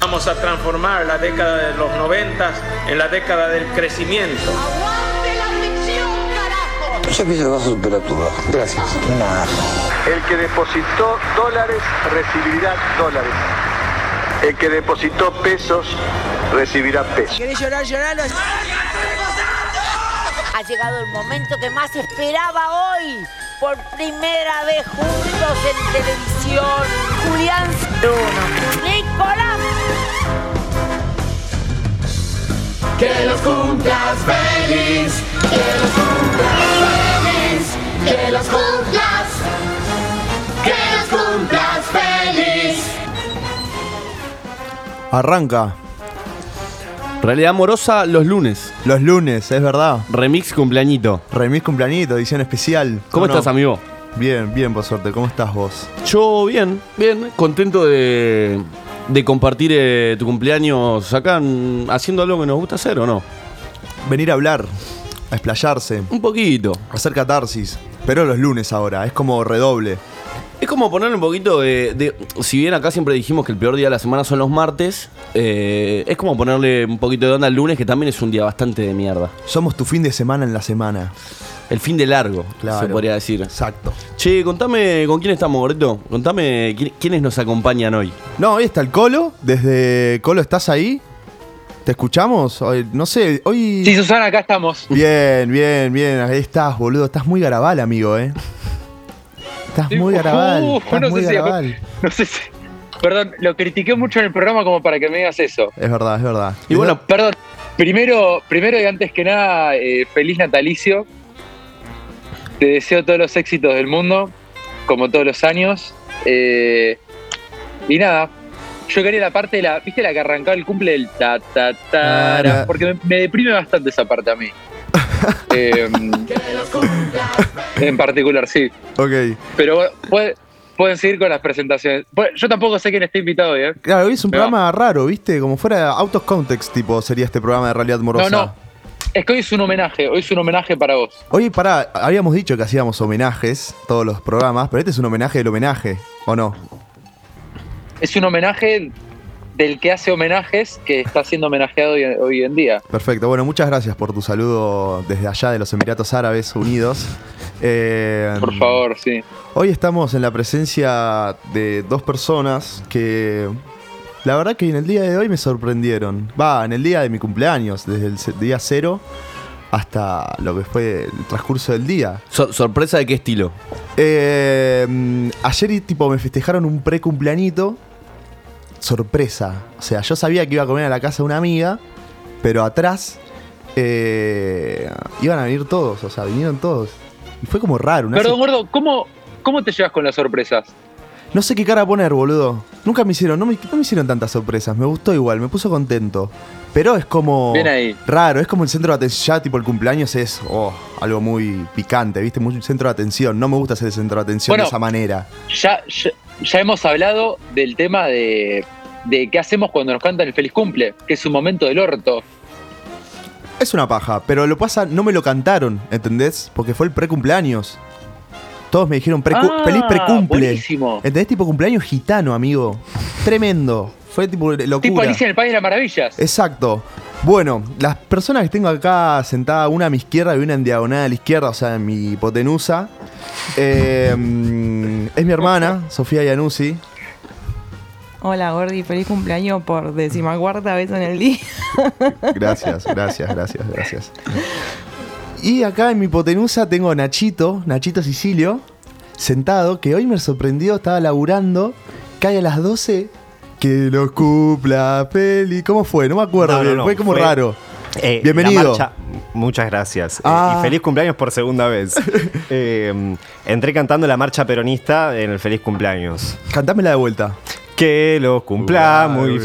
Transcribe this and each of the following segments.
Vamos a transformar la década de los noventas en la década del crecimiento. ¡Aguante la ficción, carajo! Yo sé que se va a superar todo. Gracias. El que depositó dólares recibirá dólares. El que depositó pesos recibirá pesos. ¿Querés llorar, lloralo? Ha llegado el momento que más esperaba hoy. Por primera vez juntos en televisión. Julián Bruno. Nicolás. Que los cumplas feliz, que los cumplas feliz, que los cumplas, que los cumplas feliz. Arranca. Realidad amorosa los lunes. Los lunes, es verdad. Remix cumpleañito. Remis cumpleañito, edición especial. ¿Cómo no? estás, amigo? Bien, bien, por suerte. ¿Cómo estás vos? Yo bien, bien. Contento de, de compartir eh, tu cumpleaños acá, mm, haciendo algo que nos gusta hacer, ¿o no? Venir a hablar, a explayarse, Un poquito. a hacer catarsis. Pero los lunes ahora, es como redoble. Es como ponerle un poquito de, de- Si bien acá siempre dijimos que el peor día de la semana son los martes, eh, es como ponerle un poquito de onda al lunes, que también es un día bastante de mierda. Somos tu fin de semana en la semana. El fin de largo, Claro. se podría decir. Exacto. Che, contame con quién estamos, Gordo. Contame qui- quiénes nos acompañan hoy. No, hoy está el Colo. Desde Colo, ¿estás ahí? ¿Te escuchamos? Hoy- no sé, hoy. Sí, Susana, acá estamos. Bien, bien, bien. Ahí estás, boludo. Estás muy garabal, amigo, ¿eh? Estás muy Uh, garabal. no Estás sé muy si- garabal. No sé si. Perdón, lo critiqué mucho en el programa como para que me digas eso. Es verdad, es verdad. Y bueno, Perdón. Primero, primero y antes que nada, eh, feliz natalicio. Te deseo todos los éxitos del mundo, como todos los años. Eh, y nada, yo quería la parte de la. ¿Viste la que arrancaba el cumple del ta ta Ara. Ah, ta? Porque me, me deprime bastante esa parte a mí. Eh, en particular, sí. Ok. Pero bueno, puede- pueden seguir con las presentaciones. Bueno, Yo tampoco sé quién está invitado hoy, ¿eh? Claro, hoy es un Pero- programa raro, ¿viste? Como fuera out of context, tipo, sería este programa de realidad No, morosa. no. Es que hoy es un homenaje, hoy es un homenaje para vos. Oye, pará, habíamos dicho que hacíamos homenajes, todos los programas, pero este es un homenaje del homenaje, ¿o no? Es un homenaje del que hace homenajes que está siendo homenajeado hoy, hoy en día. Perfecto, bueno, muchas gracias por tu saludo desde allá de los Emiratos Árabes Unidos. Eh, Por favor, sí. Hoy estamos en la presencia de dos personas que la verdad que en el día de hoy me sorprendieron. Va, en el día de mi cumpleaños, desde el ce- día cero hasta lo que fue el transcurso del día. sor- sorpresa de qué estilo. Eh, mm, ayer y, tipo me festejaron un precumpleañito. Sorpresa. O sea, yo sabía que iba a comer a la casa de una amiga, pero atrás eh, iban a venir todos, o sea, vinieron todos. Y fue como raro. una Perdón, gordo, ¿cómo, ¿cómo te llevas con las sorpresas? se- No sé qué cara poner, boludo. Nunca me hicieron, no me, no me hicieron tantas sorpresas. Me gustó igual, me puso contento. Pero es como Bien ahí. raro, es como el centro de atención. Ya, tipo, el cumpleaños es oh, algo muy picante, ¿viste? Muy centro de atención. No me gusta ser el centro de atención Bueno, de esa manera. Ya, ya, ya hemos hablado del tema de, de qué hacemos cuando nos cantan el feliz cumple, que es un momento del orto. Es una paja, pero lo pasa, no me lo cantaron, ¿entendés? Porque fue el precumpleaños. Todos me dijeron precu Ah, feliz precumple. buenísimo. ¿Entendés? Tipo cumpleaños gitano, amigo. Tremendo. Fue tipo locura. Eh. Tipo Alicia en el País de las Maravillas. Exacto. Bueno, las personas que tengo acá sentada, una a mi izquierda y una en diagonal a la izquierda, o sea, en mi hipotenusa, eh, mm, es mi hermana, Sofía Iannuzzi. Hola Gordi, feliz cumpleaños por decimacuarta vez en el día. Gracias, gracias, gracias, gracias. Y acá en mi hipotenusa tengo a Nachito, Nachito Sicilio, sentado, que hoy me sorprendió, estaba laburando, cae a las 12, que lo cumpla, peli. ¿Cómo fue? No me acuerdo, No, no, bien, no, fue como fue- raro. Eh, Bienvenido. la marcha- muchas gracias. Eh, Ah. y feliz cumpleaños por segunda vez. Eh, entré cantando la marcha peronista en el feliz cumpleaños. Cantámela de vuelta. Que lo cumpla muy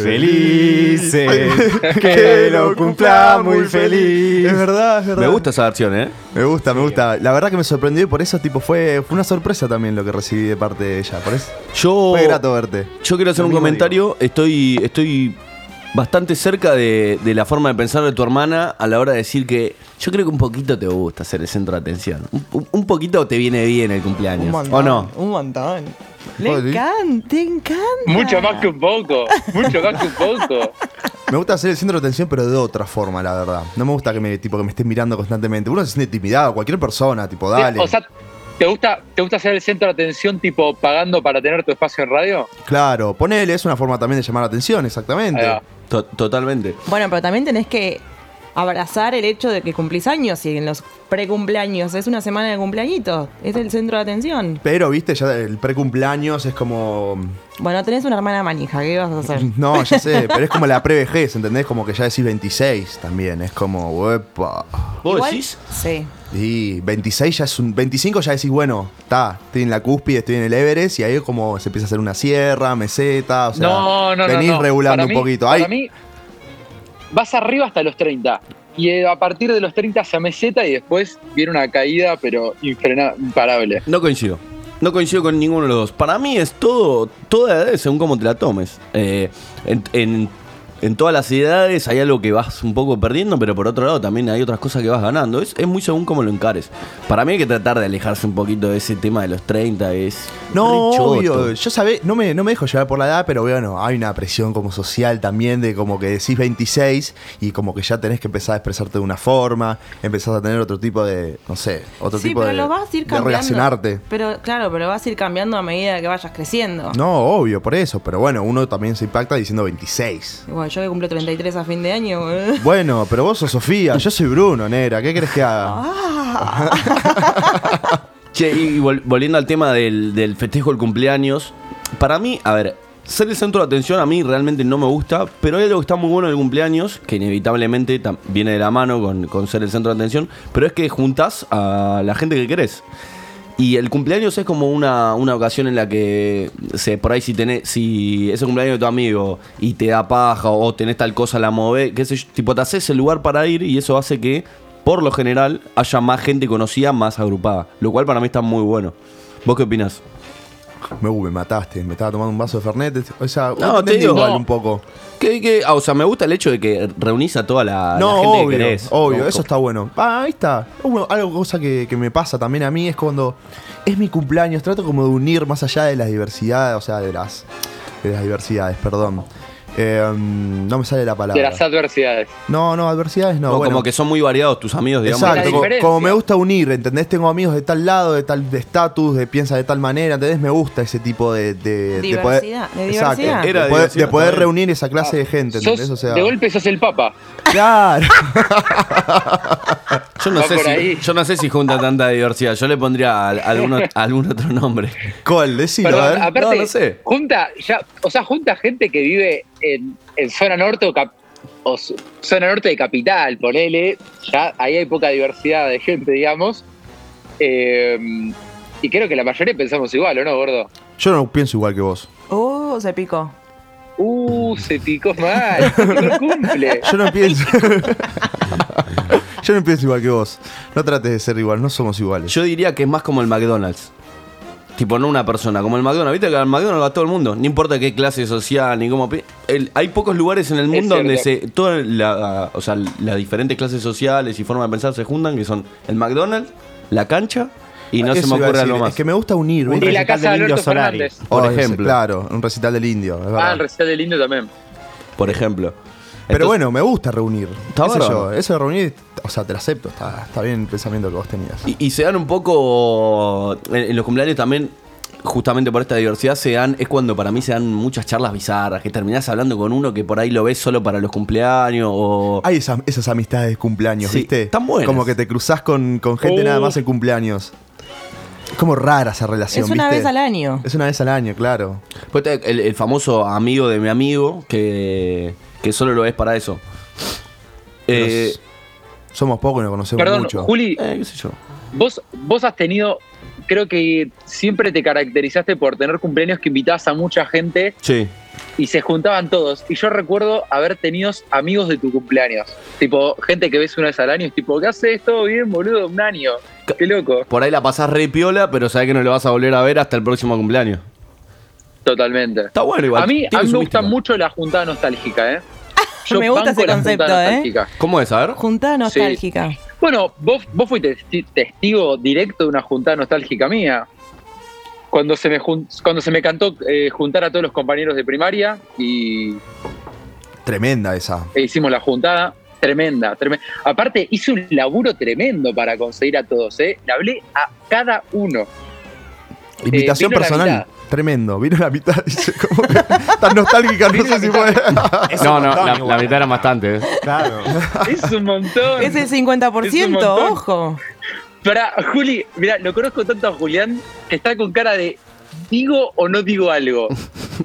felices. Que lo cumpla muy feliz. Es verdad, es verdad. Me gusta esa versión, ¿eh? Me gusta, me gusta. La verdad que me sorprendió y por eso tipo fue, fue una sorpresa también lo que recibí de parte de ella. Por eso Yo. Oh. fue grato verte. Yo quiero hacer Lo un mismo comentario. Estoy, estoy bastante cerca de, de la forma de pensar de tu hermana a la hora de decir que Yo creo que un poquito te gusta ser el centro de atención. Un- Un, un poquito te viene bien el cumpleaños. ¿O no? Un montón. Le Joder. encanta, te encanta. Mucho más que un poco. Mucho más que un poco. Me gusta ser el centro de atención, pero de otra forma, la verdad. No me gusta que me, tipo, que me estés mirando constantemente. Uno se siente intimidado, cualquier persona, tipo, dale. O sea, ¿te gusta, ¿te gusta ser el centro de atención tipo pagando para tener tu espacio en radio? claro, ponele, es una forma también de llamar la atención, exactamente. Ahí va. To- totalmente. Bueno, pero también tenés que abrazar el hecho de que cumplís años y en los precumpleaños es una semana de cumpleañitos. Es el centro de atención. Pero, viste, ya el precumpleaños es como. Bueno, tenés una hermana manija, ¿qué vas a hacer? No, ya sé, pero es como la pre-vejez, ¿entendés? Como que ya decís 26 también. Es como, "Uepa". ¿Vos Igual- decís? Sí. Y 26 ya es un. 25 ya decís, bueno, está, estoy en la cúspide, estoy en el Everest, y ahí es como se empieza a hacer una sierra, meseta, o sea. no, no, no. venís no. regulando Para un mí- poquito. Para Ay, mí, vas arriba hasta los 30. Y eh, a partir de los 30 se meseta y después viene una caída, pero infrenable, imparable. No coincido. No coincido con ninguno de los dos. Para mí es todo, toda edad es según cómo te la tomes. Eh, en, en- en todas las edades hay algo que vas un poco perdiendo, pero por otro lado también hay otras cosas que vas ganando. Es, es muy según cómo lo encares. Para mí hay que tratar de alejarse un poquito de ese tema de los 30. Es No, re choto. obvio. Yo sabé, no me, no me dejo llevar por la edad, pero bueno, hay una presión como social también de como que decís 26 y como que ya tenés que empezar a expresarte de una forma, empezás a tener otro tipo de, no sé, otro Sí, tipo pero de, lo vas a ir de cambiando. relacionarte. Pero claro, pero lo vas a ir cambiando a medida que vayas creciendo. No, obvio, por eso, pero bueno, uno también se impacta diciendo 26. Y Bueno, yo que cumplo 33 a fin de año. Bueno, pero vos sos Sofía, yo soy Bruno, negra, ¿qué crees que haga? Ah. Che, y vol- volviendo al tema del, del festejo del cumpleaños, para mí, a ver, ser el centro de atención a mí realmente no me gusta, pero hay algo que está muy bueno del cumpleaños, que inevitablemente tam- viene de la mano con, con ser el centro de atención, pero es que juntás a la gente que querés. Y el cumpleaños es como una, una ocasión en la que, se, por ahí, si tenés, si es el cumpleaños de tu amigo y te da paja o tenés tal cosa, la movés, qué sé yo, tipo, te haces el lugar para ir y eso hace que, por lo general, haya más gente conocida, más agrupada. Lo cual para mí está muy bueno. ¿Vos qué opinás? Me, uh, me mataste, me estaba tomando un vaso de Fernet, o sea, No, entendí te digo- igual No. un poco. Que, que- ah, o sea, me gusta el hecho de que reunís a toda la, la No, gente obvio, que querés. obvio, Como- eso está bueno. Ah, ahí está. Bueno, algo cosa que, que me pasa también a mí es cuando es mi cumpleaños, trato como de unir más allá de las diversidades, o sea, de las, de las diversidades, perdón. Eh, no me sale la palabra. De las adversidades. no, no, adversidades no. como- bueno. como que son muy variados tus amigos, digamos. Exacto, La como, diferencia. como me gusta unir, ¿entendés? Tengo amigos de tal lado, de tal de estatus, de piensa de tal manera, ¿entendés? Me gusta ese tipo de... de- de poder- Diversidad, de Exacto, diversidad. de Era poder- de diversidad poder también. reunir esa clase de gente, ¿entendés? Ah, Sos- O sea, De golpe sos el papa. claro. Yo no, Va sé por si, ahí. yo no sé si junta tanta diversidad. Yo le pondría al- algún, ot- algún otro nombre. Col, decilo, a Perdón, ver. aparte, No, no sé. junta, ya, o sea, junta gente que vive en, en zona norte o, cap- o s- zona norte de capital, ponele. Ya ahí hay poca diversidad de gente, digamos. Eh, y creo que la mayoría pensamos igual, ¿o no, gordo? Yo no pienso igual que vos. Uh, se picó. Uh, se picó mal. No cumple. Yo no pienso. Yo no pienso igual que vos. No trates de ser igual, no somos iguales. Yo diría que es más como el McDonald's. Tipo, no una persona, como el McDonald's. Viste que al McDonald's va todo el mundo. No importa qué clase social ni cómo. pi- el- hay pocos lugares en el mundo donde se. cierto. Toda la, o sea, las diferentes clases sociales y formas de pensar se juntan, que son el McDonald's, la cancha y no Ah, Eso se me iba a ocurre decir, algo más. Es que me gusta unir, Y ¿viste? la casa de Alberto Fernández. Oh, por ese, ejemplo. Claro, un recital del indio. es verdad. Ah, el recital del indio también. Por ejemplo. Pero Entonces- bueno, me gusta reunir. Está Qué sé bárbaro. yo, Eso de reunir, o sea, te lo acepto. Está, está bien el pensamiento que vos tenías. Y, y se dan un poco. En, en los cumpleaños también, justamente por esta diversidad, se dan. Es cuando para mí se dan muchas charlas bizarras. Que terminás hablando con uno que por ahí lo ves solo para los cumpleaños. O. Hay esas, esas amistades de cumpleaños, Sí, ¿viste? están buenas. Como que te cruzás con, con gente Oh. nada más en cumpleaños. Es como rara esa relación, Es una ¿viste? vez al año. Es una vez al año, claro. Pues está el, el famoso amigo de mi amigo que, que solo lo ves para eso. Eh, Somos pocos y nos conocemos Perdón, mucho. Juli, eh, qué sé yo. Vos, vos has tenido, creo que siempre te caracterizaste por tener cumpleaños que invitabas a mucha gente Sí. y se juntaban todos. Y yo recuerdo haber tenido amigos de tu cumpleaños. Tipo, gente que ves una vez al año y es tipo, ¿qué haces? ¿Todo bien, boludo? Un año. Qué loco. Por ahí la pasás re piola, pero sabés que no lo vas a volver a ver hasta el próximo cumpleaños. Totalmente. Está bueno igual. a mí, tiene a mí su me gusta mística. mucho la juntada nostálgica, ¿eh? Me gusta banco ese la juntada concepto, ¿eh? nostálgica. ¿Cómo es? A ver. Juntada nostálgica. Bueno, vos, vos fuiste testi- testigo directo de una juntada nostálgica mía. Cuando se me, jun- cuando se me cantó eh, juntar a todos los compañeros de primaria y Tremenda esa. e hicimos la juntada. Tremenda, tremenda. Aparte, hice un laburo tremendo para conseguir a todos, ¿eh? Le hablé a cada uno. Invitación Eh, vino la personal. Tremendo. Vino la mitad. Dice, como que tan nostálgica, no sé si fue. No, no, la, la mitad eran bastante. ¿eh? Claro. Es un montón. Es el 50%, Es un montón. ojo. Pará, Juli, mirá, lo conozco tanto a Julián que está con cara de ¿digo o no digo algo?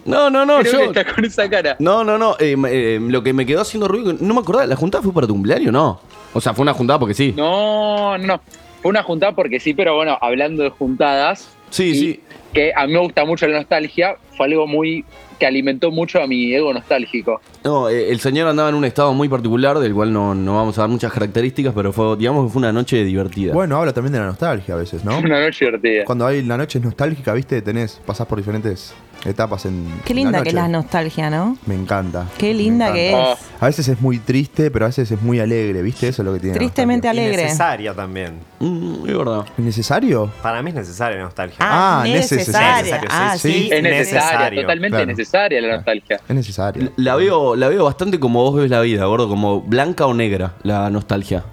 No, no, no, Creo que yo. está con esa cara. No, no, no. eh, me- eh, lo que me quedó haciendo ruido. No me acordaba, ¿la juntada fue para tu cumpleaños o no? O sea, fue una juntada porque sí. No, no, no. Fue una juntada porque sí, pero bueno, hablando de juntadas, Sí, Y- sí. que a mí me gusta mucho la nostalgia, fue algo muy que alimentó mucho a mi ego nostálgico. No, eh, el señor andaba en un estado muy particular, del cual no, no vamos a dar muchas características, pero fue, digamos que fue una noche divertida. Bueno, habla también de la nostalgia a veces, ¿no? Una noche divertida. Cuando hay la noche es nostálgica, viste, tenés, pasás por diferentes etapas en. Qué linda que es la noche. nostalgia, ¿no? Me encanta. Qué me linda encanta. que encanta. es. A veces es muy triste, pero a veces es muy alegre, ¿viste? Eso es lo que tiene. la Tristemente nostalgia. alegre. Necesaria también. Mm, es verdad. ¿Necesario? Para mí es necesaria la nostalgia. Ah, necesaria. Ah, sí, sí. sí. Es necesaria, necesario, totalmente claro. necesaria la nostalgia. Es necesario. La veo, la veo bastante como vos ves la vida, gordo, como blanca o negra, la nostalgia.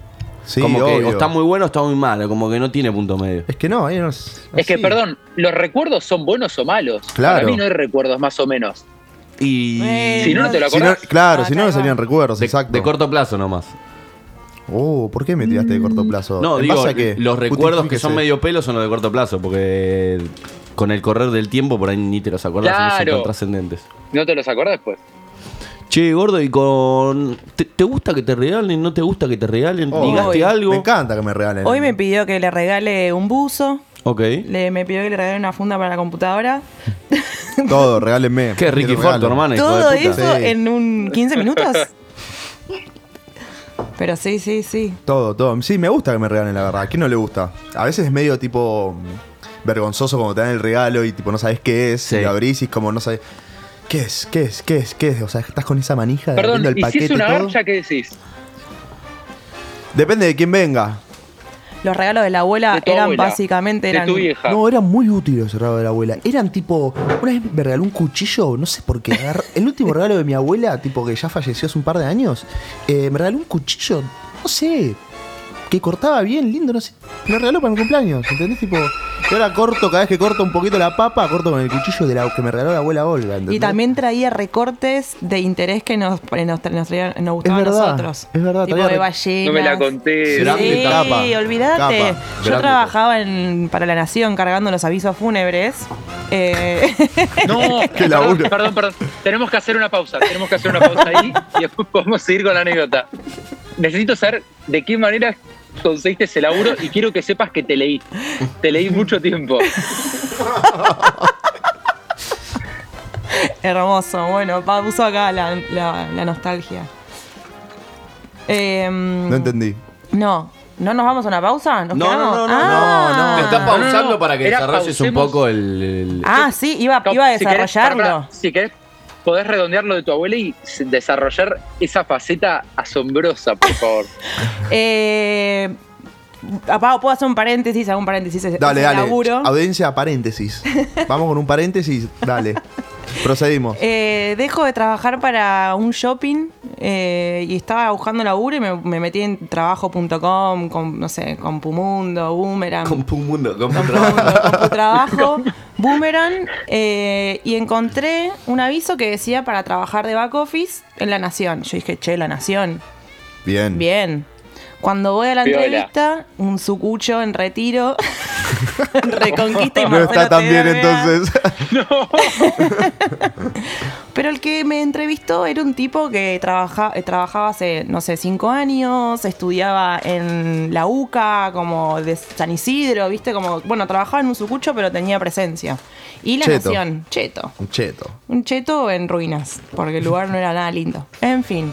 Sí, como que obvio. o está muy bueno o está muy malo, como que no tiene punto medio. Es que no, ahí no Es que, así. perdón, los recuerdos son buenos o malos. Claro. Para mí no hay recuerdos más o menos. Y Eh, Si no, no te lo Si no- acordás. claro, Ah, si no, no claro. serían recuerdos, de, exacto. de corto plazo nomás. Oh, ¿por qué me tiraste de Mm. corto plazo? No, ¿En digo, base a qué? los recuerdos que son Justificase. medio pelo son los de corto plazo, porque con el correr del tiempo por ahí ni te los acordás, no son Claro. tan trascendentes. No te los acordás pues? después. Che, gordo, y con. ¿Te, te gusta que te regalen? ¿No te gusta que te regalen? Oh, ¿Ligaste hoy. algo? Me encanta que me regalen. Hoy me pidió que le regale un buzo. Ok. Le, me pidió que le regale una funda para la computadora. Todo, regálenme. Qué Ricky Quiero regalo. Forto, hermano. hijo Todo de puta. eso Sí. en un 15 minutos. Pero sí, sí, sí. Todo, todo. Sí, me gusta que me regalen, la verdad. ¿A quién no le gusta? A veces es medio tipo mm, vergonzoso cuando te dan el regalo y tipo no sabes qué es. Sí. Y lo abrís y es como no sabes. ¿Qué es? ¿Qué es? ¿Qué es? ¿Qué es? O sea, estás con esa manija de abriendo Perdón, Eh, el ¿y si paquete es y una todo. garcha, qué decís? Depende de quién venga. Los regalos de la abuela De tu Ah, eran abuela, básicamente De eran tu vieja. No, eran muy útiles los regalos de la abuela. Eran tipo. Una vez me regaló un cuchillo, no sé por qué. agar- El último regalo de mi abuela, tipo que ya falleció hace un par de años, eh, me regaló un cuchillo, no sé. Que cortaba bien, lindo, no sé. Me lo regaló para mi cumpleaños, ¿entendés? Tipo. Y ahora corto, cada vez que corto un poquito la papa, corto con el cuchillo de la que me regaló la abuela Olga, ¿entendés? Y también traía recortes de interés que nos, eh, nos, tra- nos, traían- nos gustaban a verdad, nosotros. es verdad, Tipo traía de rec- ballenas. No me la conté. Sí, Grande tapa, olvídate. capa, Yo grande trabajaba en, para La Nación cargando los avisos fúnebres. Eh, No, Qué perdón, laburo. perdón, perdón. Tenemos que hacer una pausa. Tenemos que hacer una pausa ahí y después podemos seguir con la anécdota. Necesito saber de qué manera conseguiste ese laburo y quiero que sepas que te leí. Te leí mucho tiempo. hermoso. Bueno, pa- puso acá la, la- la nostalgia. Eh, No entendí. No, ¿no nos vamos a una pausa? ¿Nos No, quedamos? no, no, no, Ah. no, no. Te está pausando no, no. para que Era desarrolles un pausemos. poco el. el- Ah, sí, iba, iba a Si querés, desarrollarlo. Carla, Si querés, podés redondear lo de tu abuela y s- desarrollar esa faceta asombrosa, por favor. Eh, apá, puedo hacer un paréntesis, hago un paréntesis. es- Dale, es el dale. laburo. Audiencia, paréntesis. Vamos con un paréntesis, dale. Procedimos. Eh, dejo de trabajar para un shopping eh, y estaba buscando laburo y me, me metí en trabajo.com, con, no sé, con Pumundo, Boomerang. Con un mundo, con un Compu- Computrabajo, Boomerang, eh, y encontré un aviso que decía para trabajar de back office en La Nación. Yo dije, che, La Nación, Bien. Bien. Cuando voy a la Piola. entrevista, un sucucho en retiro. Reconquista y No Marcelo está tan bien Tebea. entonces. Pero el que me entrevistó era un tipo que trabaja, eh, trabajaba hace, no sé, cinco años, estudiaba en la UCA, como de San Isidro, ¿viste? Como, bueno, trabajaba en un sucucho, pero tenía presencia. Y la Cheto. nación, cheto. Un cheto. Un cheto en ruinas, porque el lugar no era nada lindo. En fin.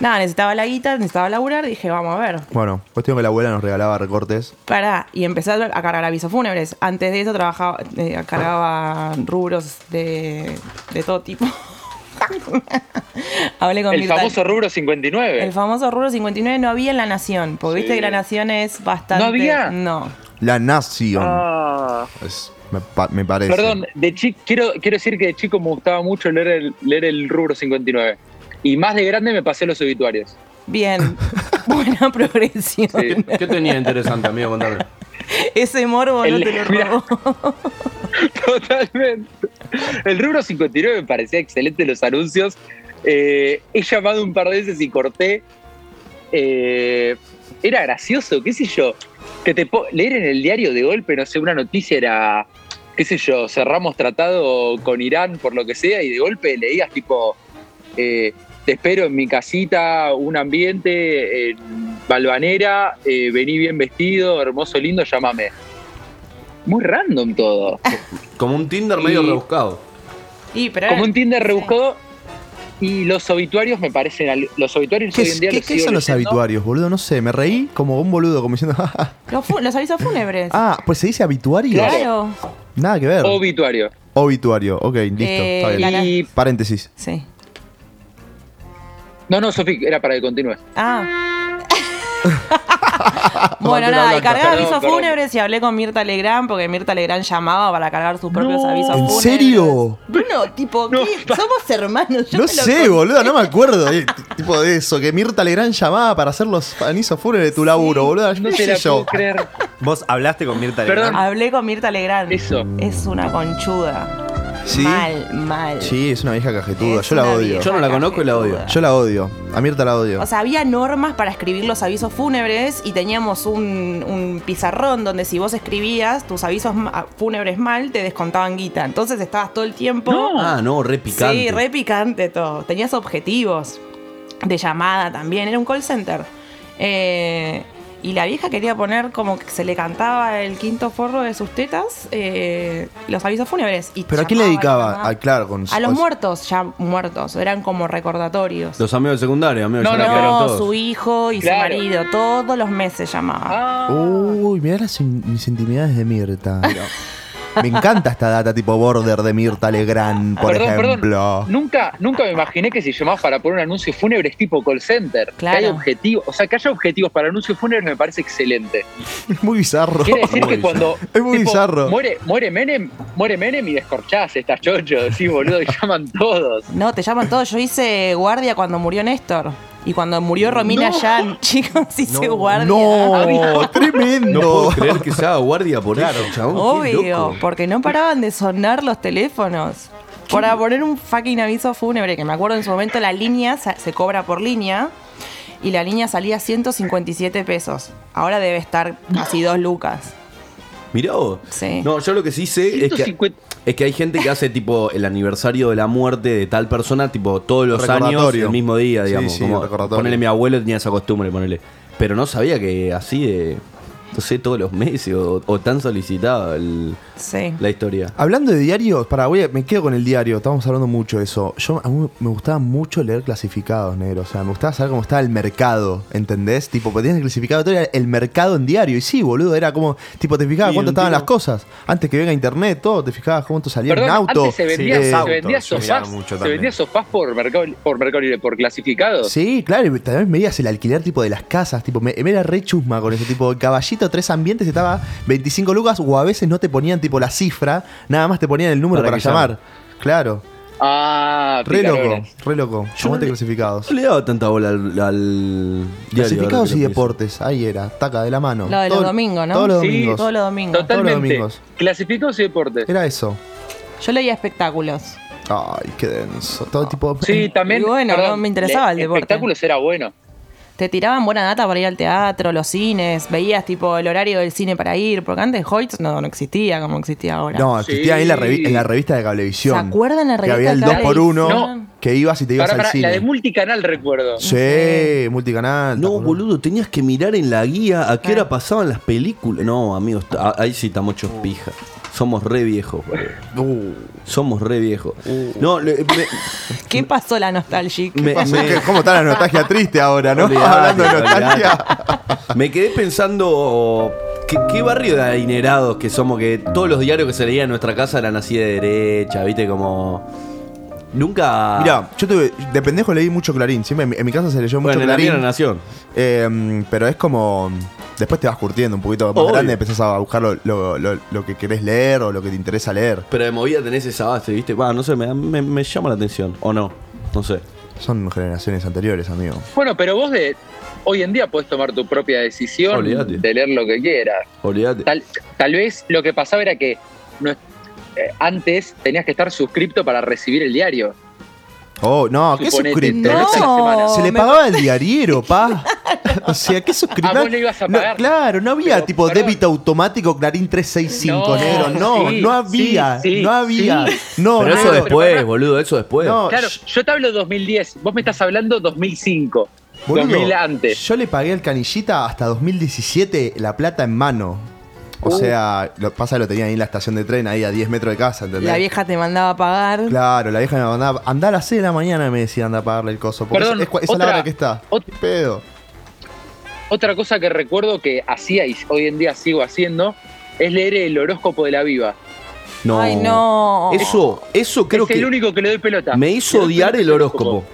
Nada, necesitaba la guita, necesitaba laburar, dije, vamos a ver. Bueno, cuestión que la abuela nos regalaba recortes. Pará, y empecé a a cargar avisos fúnebres. Antes de eso trabajaba, eh, cargaba rubros de, de todo tipo. Hablé con El Mirta. famoso rubro 59. El famoso rubro 59 no había en La Nación, porque Sí. viste que La Nación es bastante... ¿No había? No. La nación. Ah. Es- me, pa- me parece. Perdón, de chico, quiero, quiero decir que de chico me gustaba mucho leer el, leer el rubro 59. Y más de grande me pasé los obituarios. Bien. Buena progresión. ¿Qué tenía interesante, amigo? Contame. Ese morbo no El- te lo Mirá. robó. Totalmente. El rubro 59 me parecía excelente los anuncios. Eh, he llamado un par de veces y corté. Eh, era gracioso, qué sé yo. Que te po- leer en el diario de golpe, no sé, una noticia era, qué sé yo, cerramos tratado con Irán por lo que sea y de golpe leías tipo, eh, te espero en mi casita, un ambiente, en Balvanera, eh, vení bien vestido, hermoso, lindo, llámame. Muy random todo. Como un Tinder medio Y- rebuscado. Y, pero Como un Tinder rebuscado. Y los obituarios me parecen. al- Los obituarios ¿Qué, hoy en día. qué- los qué sigo son los leyendo. habituarios, boludo? No sé, me reí como un boludo, como diciendo. "Ja, ja". Los, fu- los avisos fúnebres. ah, pues se dice habituario. claro. Nada que ver. Obituario. Obituario, ok, listo. Eh, está bien. la- Y- Paréntesis. Sí. No, no, Sofi, era para que continúes. Ah. bueno, Bandera nada, y blanca, cargar perdón, avisos perdón. fúnebres y hablé con Mirta Legrand porque Mirta Legrand llamaba para cargar sus propios avisos ¿En fúnebres. serio? Bueno, tipo, ¿qué? somos hermanos. yo No te lo sé, conté. boludo, no me acuerdo. eh, t- tipo de eso, que Mirta Legrand llamaba para hacer los anillos fúnebres de tu laburo, boludo. No No te sé la puedo yo. creer. Vos hablaste con Mirta Perdón. Legrand? Hablé con Mirta Legrand. Eso. Es una conchuda. Sí. Mal, mal. Sí, es una vieja cajetuda, Es yo la una odio. vieja Yo no la conozco y la odio. cajetuda. Yo la odio. A Mirta la odio. O sea, había normas para escribir los avisos fúnebres y teníamos un, un pizarrón donde si vos escribías tus avisos ma- fúnebres mal, te descontaban guita. Entonces estabas todo el tiempo. Ah, no, re picante. Sí, re picante todo. Tenías objetivos de llamada también. Era un call center. Eh, y la vieja quería poner como que se le cantaba el quinto forro de sus tetas, eh, los avisos fúnebres. Y ¿Pero a quién le llamaba, dedicaba? llamaba. Ah, claro, con A los con- muertos, ya muertos. Eran como recordatorios. Los amigos de secundario, amigos. No, ya no, la no, quedaron No, todos. su hijo y Claro. su marido. Todos los meses llamaba. Ah, Uy, mirá las in- mis intimidades de Mirta. Me encanta esta data tipo border de Mirta Legrand, por Ah, perdón, ejemplo. perdón. Nunca, nunca me imaginé que si llamabas para poner un anuncio fúnebre es tipo call center. Claro. Que hay objetivos. O sea, que haya objetivos para anuncios fúnebres me parece excelente. Es muy bizarro. Quiere decir Muy que cuando. Es muy bizarro. Muere, muere Menem, muere Menem y descorchás, estás chocho. Sí, boludo, y llaman todos. No, te llaman todos. Yo hice guardia cuando murió Néstor. Y cuando murió Romina No. Yan, chicos, hice guardia. No, No tremendo. puedo creer que se haga guardia por eso, chabón. Oh, qué Obvio, loco. porque no paraban de sonar los teléfonos. Para poner un fucking aviso fúnebre, que me acuerdo en su momento la línea sa- se cobra por línea y la línea salía 157 pesos. Ahora debe estar casi dos lucas. Mirá vos. Sí. No, yo lo que sí sé es que, 150. es que hay gente que hace tipo el aniversario de la muerte de tal persona, tipo todos los años, Recordatorio. el mismo día, Sí, digamos. sí, como, recordatorio. ponele mi abuelo tenía esa costumbre, ponele. Pero no sabía que así de, no sé, todos los meses o, o tan solicitada el- Sí. la historia. Hablando de diarios, para, voy a- me quedo con el diario, estábamos hablando mucho de eso. Yo, a mí me gustaba mucho leer clasificados, negro. O sea, me gustaba saber cómo estaba el mercado, ¿entendés? Tipo, porque tenías el clasificado, todo era el mercado en diario. Y sí, boludo, era como, tipo, te fijabas Sí, cuánto un estaban tipo- las cosas. Antes que venga internet, todo, te fijabas cuánto salía Perdón, un auto. antes se vendía, Eh, se autos, vendía yo miraba sofás, mucho se también. vendía sofás por mercado, por mercado libre, por clasificados. Sí, claro, y también veías el alquiler tipo de las casas, tipo, me, me era re chusma con eso, tipo, caballito, tres ambientes, estaba 25 lucas, o a veces no te ponían tipo la cifra, nada más te ponían el número Para para, que llamar. Claro, Ah, re loco, picarones. re loco. Aguante clasificados. No le daba tanta bola al, al diario, ahora Clasificados que y lo pienso. deportes, ahí era, taca de la mano. Lo de los Todo- domingos, ¿no? Todos los Sí, domingos. Todos los domingos. Total. Todos los Totalmente. domingos. Clasificados y deportes. Era eso. Yo leía espectáculos. Ay, qué denso. Todo tipo. Sí, también. Y bueno, no me interesaba el deporte. Espectáculos era bueno. Te tiraban buena data para ir al teatro, los cines, veías tipo el horario del cine para ir, porque antes Hoyts no, no existía como existía ahora. No, existía ahí en la, revi- Sí. en la revista de Cablevisión. ¿Se acuerdan la Que revista había el de 2x1 Cablevisión? que ibas y te ibas Pará, al pará, cine. la de multicanal recuerdo. Sí, multicanal. No, taca, boludo, tenías que mirar en la guía a qué hora Ah. pasaban las películas. No, amigos, ta- ahí sí estamos hechos pija. Somos re viejos, boludo. Uh. Somos re viejos. No, le- me- ¿Qué pasó la nostalgia? me- Pasa me- que, ¿Cómo está la nostalgia triste ahora, no? Olvidate, Hablando de nostalgia. olvidate. Me quedé pensando ¿qué, qué barrio de adinerados que somos, que todos los diarios que se leían en nuestra casa eran así de derecha, viste, como. Nunca. Mira, yo tuve, de pendejo leí mucho Clarín. Siempre en mi, en mi casa se leyó mucho Bueno, en la Clarín. mía era Nación. Eh, mm, pero es como. Después te vas curtiendo un poquito más Obvio. grande, empezás a buscar lo, lo- lo- lo que querés leer o lo que te interesa leer. Pero de movida tenés esa base, ¿viste? Va, no sé, me, da- me- me llama la atención. ¿O no? No sé. Son generaciones anteriores, amigo. Bueno, pero vos de hoy en día podés tomar tu propia decisión Olvídate. de leer lo que quieras. Olvídate. Tal, tal vez lo que pasaba era que no- eh, antes tenías que estar suscripto para recibir el diario. Oh, no, ¿qué Suponete, suscriptor? te lo se, ves a la semana. se le Me- pagaba el diariero, pa. o sea, ¿qué suscriptor? Ah, vos le ibas a No, pagar. claro, no había tipo débito automático Clarín 365, No, negro. No, sí, no había. sí, sí, no había. sí. No, pero eso negro. después, boludo, eso después. claro, yo te hablo 2010, vos me estás hablando 2005, Boludo, 2000 antes. Yo le pagué al canillita hasta 2017 la plata en mano. O Uh. sea, lo pasa que lo tenía ahí en la estación de tren, ahí a 10 metros de casa, ¿entendés? La vieja te mandaba a pagar. Claro, la vieja me mandaba, andá a las 6 de la mañana y me decía, anda a pagarle el coso. Porque Perdón, es, es- esa es la otra- hora que está. ot- ¿Qué pedo? Otra cosa que recuerdo que hacía y hoy en día sigo haciendo es leer el horóscopo de la viva. No. Ay, no. Eso, eso creo es que. el único que le doy pelota. Me hizo Le doy odiar pelota el al horóscopo.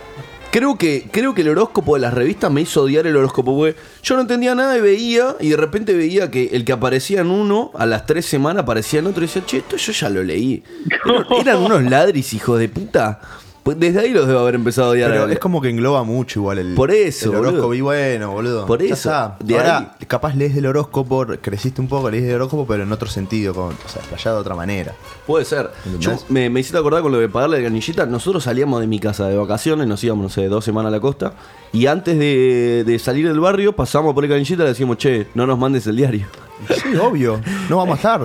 Creo que, creo que el horóscopo de las revistas me hizo odiar el horóscopo, porque yo no entendía nada y veía, y de repente veía que el que aparecía en uno, a las tres semanas aparecía en otro, y decía, che, esto yo ya lo leí. Eran, eran unos ladris, hijos de puta. Pues desde ahí los debo haber empezado a odiar. Pero al- es como que engloba mucho igual el, Por eso, el horóscopo. boludo. Y bueno, boludo. Por ya eso, está. de Ahora, capaz lees del horóscopo, creciste un poco, lees del horóscopo, pero en otro sentido, con, o sea, explayado de otra manera. Puede ser. Yo- ¿Entendés? me, me hiciste acordar con lo de pagarle la canillita. Nosotros salíamos de mi casa de vacaciones, nos íbamos, no sé, dos semanas a la costa. Y antes de, de salir del barrio, pasamos por el canillita y le decíamos, che, no nos mandes el diario. Sí, obvio. No vamos a estar.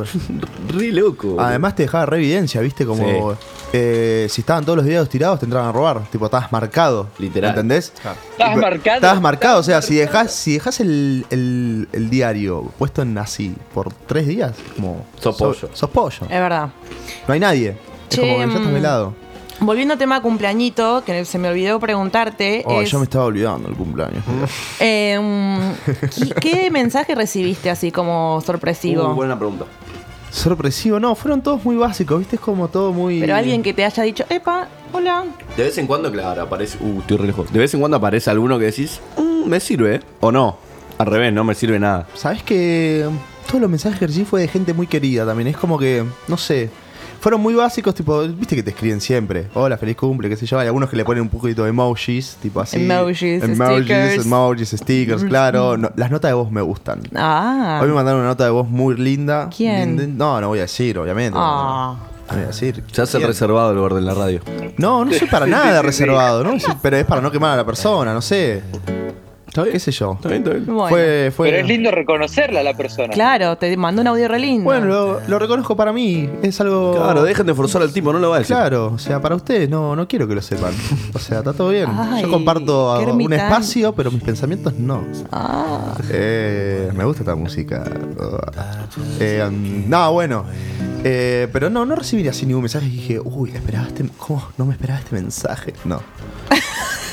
Re loco. Además te dejaba re evidencia, ¿viste? Como eh, si estaban todos los videos tirados te entraban a robar. Tipo, estabas marcado. Literal. ¿Entendés? Estabas marcado. Estabas marcado. O sea, si dejás, si dejás el, el- el diario puesto en así por tres días, como. Sos so- pollo. sos pollo. Es verdad. No hay nadie. Che, es como que ya estás mm, velado. Volviendo al tema cumpleañito, que se me olvidó preguntarte. Oh, es, yo me estaba olvidando el cumpleaños. eh, mm, ¿qué, qué mensaje recibiste así como sorpresivo? Uh, buena pregunta. Sorpresivo, no, fueron todos muy básicos, viste, es como todo muy. Pero alguien que te haya dicho, epa, hola. De vez en cuando, claro, aparece. Uh, estoy re lejos. De vez en cuando aparece alguno que decís, "Mm, me sirve, o no. Al revés, no me sirve nada. Sabes que todos los mensajes que recibí fue de gente muy querida también. Es como que, no sé. Fueron muy básicos, tipo, viste que te escriben siempre. Hola, feliz cumple, qué sé yo. Hay algunos que le ponen un poquito de emojis, tipo así. Emojis, emojis, stickers. emojis, stickers, claro. No, las notas de voz me gustan. Ah. Hoy me mandaron una nota de voz muy linda. ¿Quién? Linde- No, no voy a decir, obviamente. Ah. No voy a decir. Se hace ¿Quién? reservado el borde en la radio. No, no soy para nada reservado, ¿no? Sí, Pero es para no quemar a la persona, no sé. ¿Qué sé yo? Está bien, está bien. Bueno. Fue, fue. Pero es lindo reconocerla a la persona. Claro, te mandó un audio re lindo. Bueno, lo, lo reconozco para mí. Es algo. Claro, dejen de forzar al tipo, no lo va a decir. Claro, o sea, para ustedes no, no quiero que lo sepan. O sea, está todo bien. Ay, Yo comparto qué a- un ermitaño. espacio, pero mis pensamientos no. Ah. Eh, me gusta esta música. Eh, mm, no, bueno. Eh, pero no, no recibí así ningún mensaje y dije, uy, ¿esperaba este, ¿cómo? No me esperaba este mensaje. No.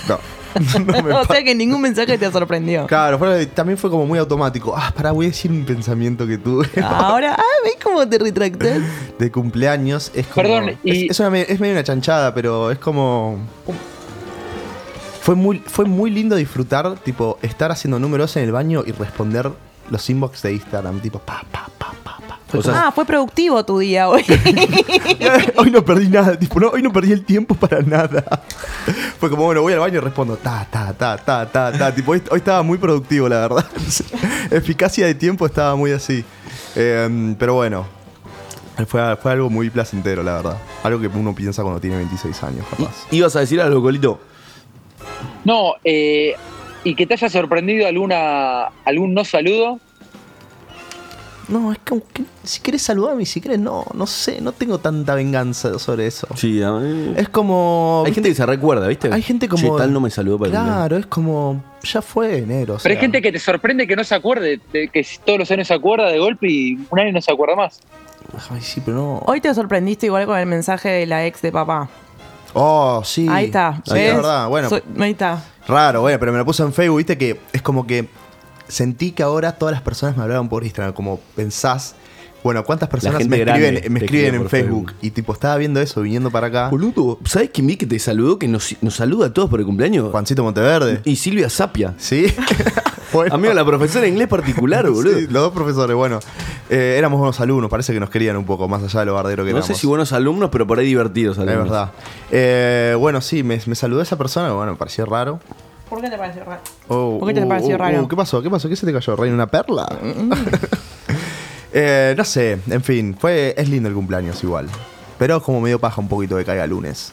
No. No me o pa- sea que ningún mensaje te sorprendió. Claro, fue- también fue como muy automático. Ah, pará, voy a decir un pensamiento que tuve. Ahora, ah, ¿ves cómo te retractas? de cumpleaños es como. Perdón, es, y- es una me- es medio una chanchada, pero es como. Fue muy, fue muy lindo disfrutar, tipo, estar haciendo números en el baño y responder los inbox de Instagram, tipo, pa, pa, pa, pa, pa. Fue O sea, ah, fue productivo tu día hoy. como, hoy no perdí nada, tipo, no, hoy no perdí el tiempo para nada. Fue como, bueno, voy al baño y respondo, ta, ta, ta, ta, ta, ta. Tipo, hoy, hoy estaba muy productivo, la verdad. Eficacia de tiempo estaba muy así. Eh, pero bueno, fue, fue algo muy placentero, la verdad. Algo que uno piensa cuando tiene 26 años, capaz. ibas a decir algo, Colito. No, eh, y que te haya sorprendido alguna algún no saludo. No, es como que si quieres saludarme, si quieres no, no sé, no tengo tanta venganza sobre eso. Sí, a mí- Es como... Hay gente que se recuerda, ¿viste? hay gente como... Che, tal no me saludó para el cumpleaños. Claro, es como... Ya fue, negro. o Pero hay sea. gente que te sorprende que no se acuerde, de- que todos los años se acuerda de golpe y un año no se acuerda más. Ay, sí, pero no... hoy te sorprendiste igual con el mensaje de la ex de papá. Oh, sí. Ahí está. Sí, ¿ves? es verdad. Bueno, Soy- ahí está. Raro, bueno, pero me lo puso en Facebook, viste que es como que sentí que ahora todas las personas me hablaban por Instagram, como pensás Bueno, ¿cuántas personas gente me escriben, grande me te escriben escribe en por Facebook? Y tipo, estaba viendo eso, viniendo para acá. Boludo, ¿sabes quién vi que te saludó? Que nos, nos saluda a todos por el cumpleaños. Juancito Monteverde. Y Silvia Sapia. Sí. Bueno. Amigo, la profesora de inglés particular, boludo. Sí, los dos profesores, bueno. Eh, éramos buenos alumnos, parece que nos querían un poco, más allá de lo bardero que No éramos. sé si buenos alumnos, pero por ahí divertidos Es alumnos. verdad. Eh, bueno, sí, me, me saludó esa persona, bueno, me pareció raro. ¿Por qué te pareció raro? Oh, ¿Por qué te uh, pareció uh, raro? Mm. uh, ¿Qué pasó? ¿Qué pasó? ¿Qué se te cayó? ¿Reina una perla? Eh, no sé, en fin, fue, es lindo el cumpleaños igual. Pero es como medio paja un poquito que caiga lunes.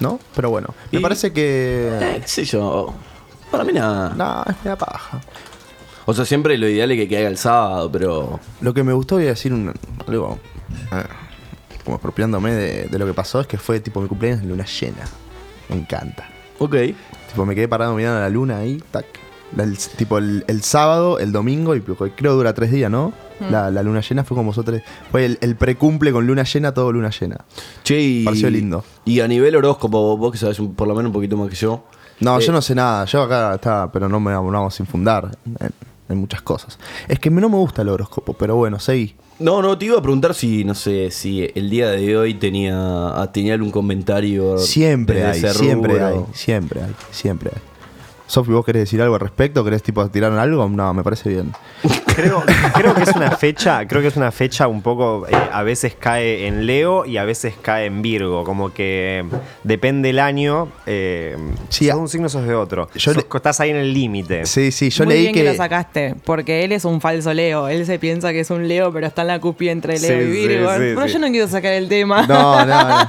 ¿No? Pero bueno, me Y- parece que. Eh, qué sé yo. Para mí nada. No, es media paja. O sea, siempre lo ideal es que caiga el sábado, pero. Lo que me gustó, voy a decir un, algo. eh, como expropiándome de, de lo que pasó, es que fue tipo mi cumpleaños en luna llena. Me encanta. Ok. Tipo, me quedé parado mirando a la luna ahí, tac. La- el- tipo, el, el sábado, el domingo, y creo que dura tres días, ¿no? La, la luna llena fue como vosotros. Fue el, el precumple con luna llena, todo luna llena. Che, y. Pareció lindo. Y a nivel horóscopo, vos- vos que sabés un- por lo menos un poquito más que yo. No, Eh, yo no sé nada. Yo acá está, pero no me vamos, no vamos a infundar en, en muchas cosas. Es que no me gusta el horóscopo, pero bueno, seguí. No, no, te iba a preguntar si, no sé, si el día de hoy tenía, ah, tenía algún comentario. Siempre desde hay, ese siempre rubro. hay, siempre hay, siempre hay. Sofi, ¿vos querés decir algo al respecto? ¿Querés tipo tirar algo? No, me parece bien. Creo, creo que es una fecha, creo que es una fecha un poco, eh, a veces cae en Leo y a veces cae en Virgo, como que eh, depende el año, eh, Sí, sos a- de un signo sos de otro, Yo Sos- le- estás ahí en el límite. Sí, sí, yo Muy leí bien que. que... lo sacaste, porque él es un falso Leo. Él se piensa que es un Leo, pero está en la cupia entre Leo Sí, y sí, Virgo. sí, pero sí. yo no quiero sacar el tema. No, no, no.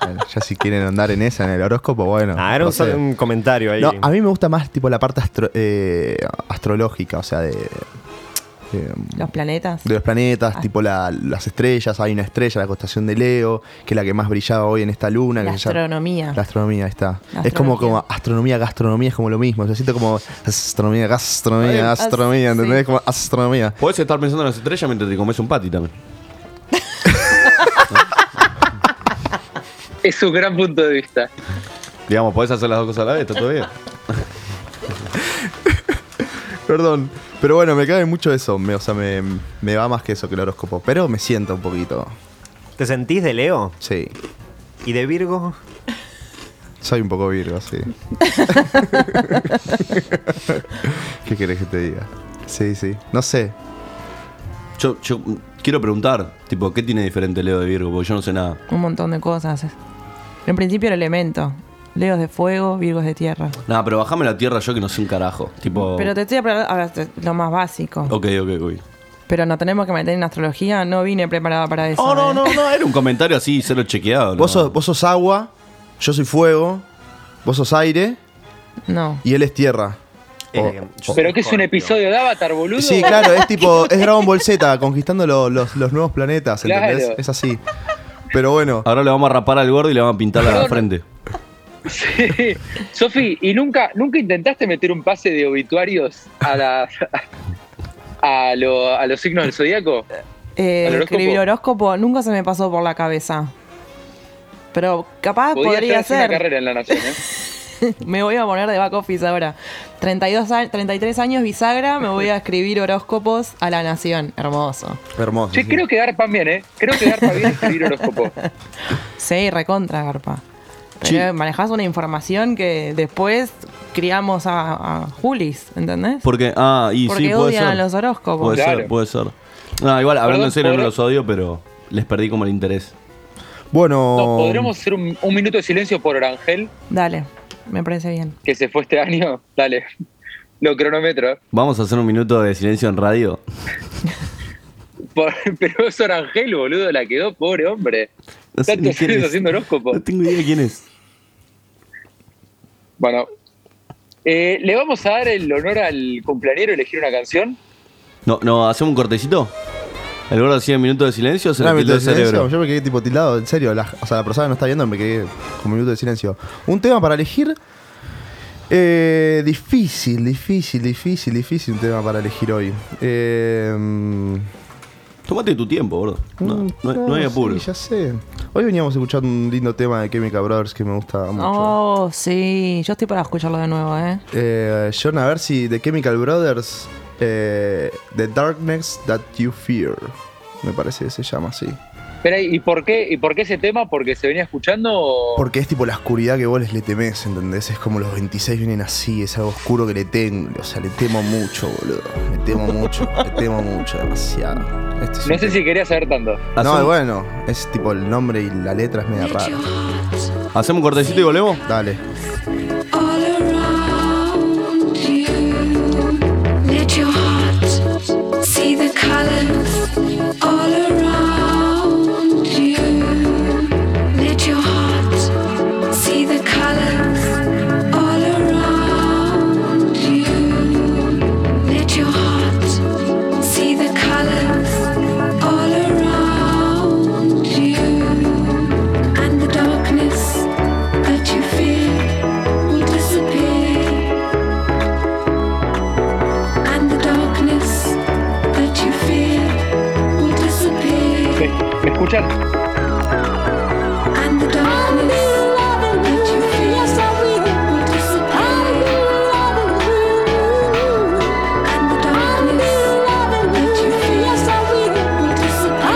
Bueno, ya si quieren andar en esa, en el horóscopo, bueno. Ah, era no un, sé. un comentario ahí. No, a mí me gusta más tipo la parte astro- eh, astrológica, o sea, de, de, Los planetas. de los planetas, tipo la- las estrellas, hay una estrella, la constelación de Leo, que es la que más brillaba hoy en esta luna. La que se llama- astronomía. La astronomía, ahí está. La es como, astrología. como astronomía, gastronomía, es como lo mismo. Yo siento como astronomía, gastronomía, as- astronomía, sí. ¿entendés? Como astronomía. Podés estar pensando en las estrellas mientras te comes un pati también. Es un gran punto de vista. Digamos, podés hacer las dos cosas a la vez, está todo bien. Perdón. Pero bueno, me cabe mucho eso. Me, o sea, me, me va más que eso que el horóscopo. Pero me siento un poquito. ¿Te sentís de Leo Sí. y de Virgo? Soy un poco Virgo, sí. ¿Qué querés que te diga? Sí, sí. No sé. Yo, yo mm, quiero preguntar, tipo, ¿qué tiene diferente Leo de Virgo? Porque yo no sé nada. Un montón de cosas. En principio el elemento. Leos de fuego, Virgos de tierra. Nada, pero bajame la tierra yo que no sé un carajo. Tipo. Pero te estoy hablando ahora te- lo más básico. Ok, ok, ok. Pero no tenemos que meter en astrología. No vine preparada para eso. Oh, no, ¿eh? no, no, era un comentario así, cero chequeado. ¿no? Vos, sos, vos sos agua, yo soy fuego, vos sos aire No. y él es tierra. Eh, O- yo- Pero que es un episodio de Avatar, boludo. Sí, claro, es tipo, es Dragon Ball Z, conquistando lo- los, los nuevos planetas, ¿entendés? Claro. Es así. Pero bueno, Ahora le vamos a rapar al gordo y le vamos a pintar la Perdón. frente. Sí. Sofi, ¿y nunca, nunca intentaste meter un pase de obituarios a la. A, lo- a los signos del zodíaco? Eh, ¿Al horóscopo? escribir horóscopo nunca se me pasó por la cabeza. Pero capaz Podría, podría hacerse una ser. carrera en la nación, ¿eh? Me voy a poner de back office ahora. 32 a- 33 años bisagra, me voy a escribir horóscopos a la nación. Hermoso. hermoso. Che, sí. creo que Garpa bien, ¿eh? Creo que Garpa bien escribir horóscopo. Sí, recontra, Garpa. Pero manejás una información que después criamos a, a Julis, ¿entendés? Porque, ah, y Porque sí, puede odian ser. los horóscopos. Puede Claro. ser, puede ser. No, igual, hablando Perdón, en serio, no ¿podré- los odio, pero les perdí como el interés. Bueno, No, ¿Podremos hacer un, un minuto de silencio por Orangel, Dale, me parece bien. que se fue este año? Dale, lo cronometro. Vamos a hacer un minuto de silencio en radio. Por- pero es Orangel, boludo, la quedó, pobre hombre. No sé ni Tantos quién años es. haciendo horóscopo. No tengo idea quién es. Bueno, eh, le vamos a dar el honor al cumpleañero a elegir una canción. No, no, hacemos un cortecito. El gordo hacía un minuto de silencio, se un le minuto quitó de el silencio, cerebro. yo me quedé tipo tildado, en serio. la- o sea, la persona no está viendo, me quedé con un minuto de silencio. Un tema para elegir. eh, difícil, difícil, difícil, difícil un tema para elegir hoy. Eh, mm, Tómate tu tiempo, gordo. No, no, hay- no hay sí, apuro. ya sé. Hoy veníamos escuchando un lindo tema de Chemical Brothers que me gusta mucho. Oh, sí, yo estoy para escucharlo de nuevo, ¿eh? Eh, John, a ver si The Chemical Brothers, eh, The Darkness That You Fear. me parece que se llama así. Pero, ¿y por qué, y por qué ese tema? ¿Porque se venía escuchando o- Porque es tipo la oscuridad que vos les le temés, ¿entendés? Es como los 26 vienen así, es algo oscuro que le tengo. O sea, le temo mucho, boludo. Le temo mucho, le temo mucho, demasiado. Este es No un sé tema. si quería saber tanto. No, y bueno, es tipo el nombre y la letra es media rara. ¿Hacemos un cortecito y volvemos? Dale. Let your heart see the colors all around you. Let your heart see the colors all around you. Let your heart see the colors all around you. And the darkness that you fear will disappear. And the darkness that you fear will disappear. ¿Me escuchan? And the darkness that you fear will disappear. And the darkness that you fear will disappear.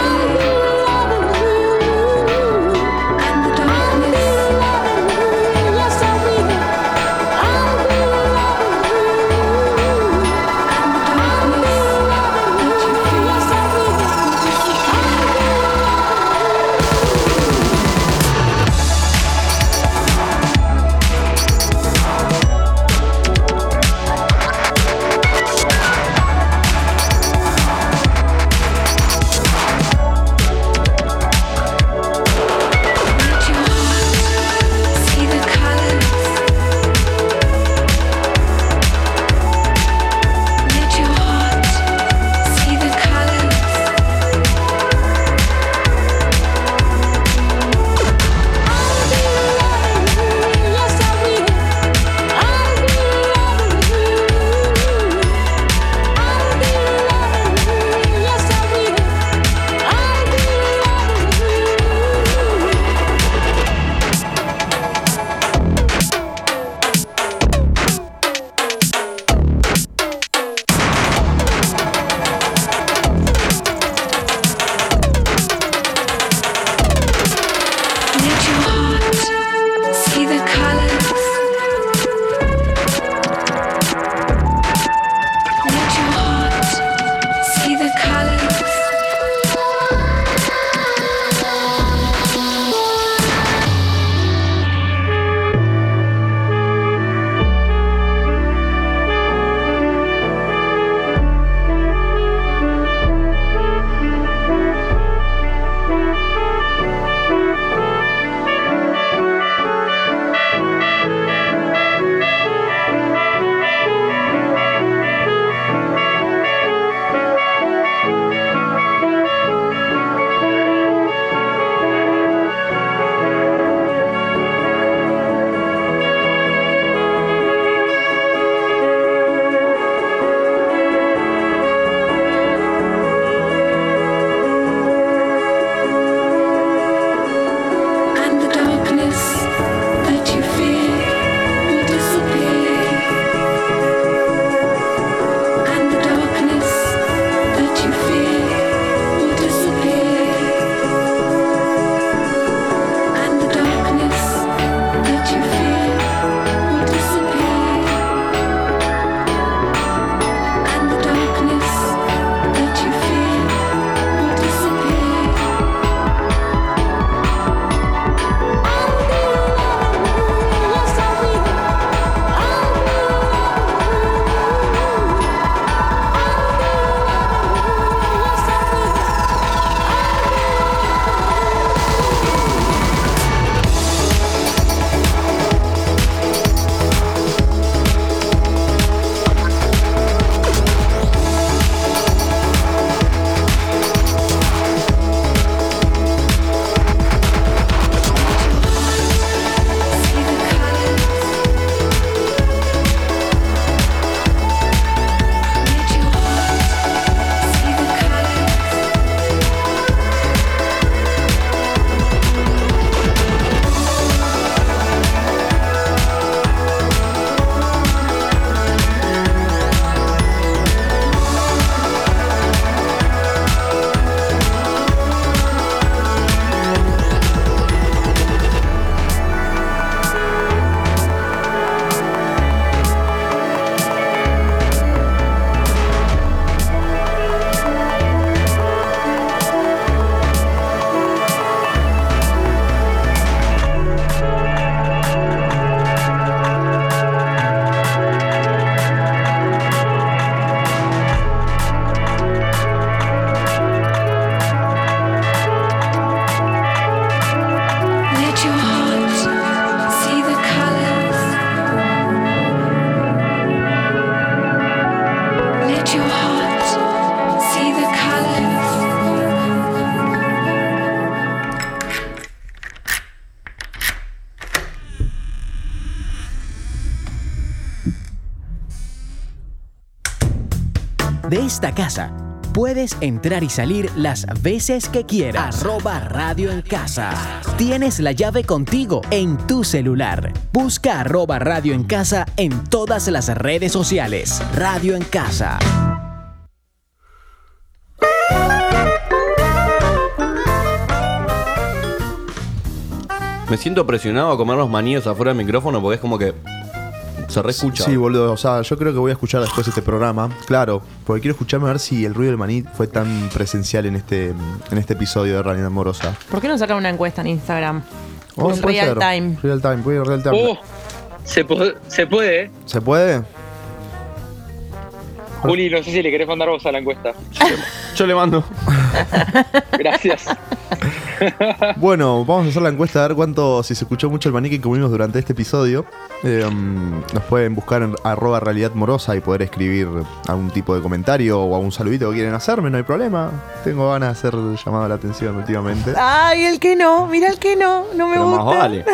And the darkness de esta casa. Puedes entrar y salir las veces que quieras. Arroba Radio en Casa. Tienes la llave contigo en tu celular. Busca arroba Radio en Casa en todas las redes sociales. Radio en Casa. Me siento presionado a comer los maníes afuera del micrófono porque es como que se reescucha. Sí, boludo. O sea, yo creo que voy a escuchar después este programa. Claro, porque quiero escucharme a ver si el ruido del maní fue tan presencial en este, en este episodio de Realidad Amorosa. ¿Por qué no sacan una encuesta en Instagram? Oh, en puede real ser. time. Real time, voy a real time. Uh, se, po- se puede, ¿eh? ¿Se puede? Juli, no sé si le querés mandar vos a la encuesta. Yo le mando. Gracias. Bueno, vamos a hacer la encuesta a ver cuánto, si se escuchó mucho el maní que comimos durante este episodio. Eh, mm, nos pueden buscar en arroba realidad morosa y poder escribir algún tipo de comentario o algún saludito que quieren hacerme, no hay problema. Tengo ganas de ser llamado la atención últimamente. Ay, el que no, mira el que no, no me Pero gusta. más vale.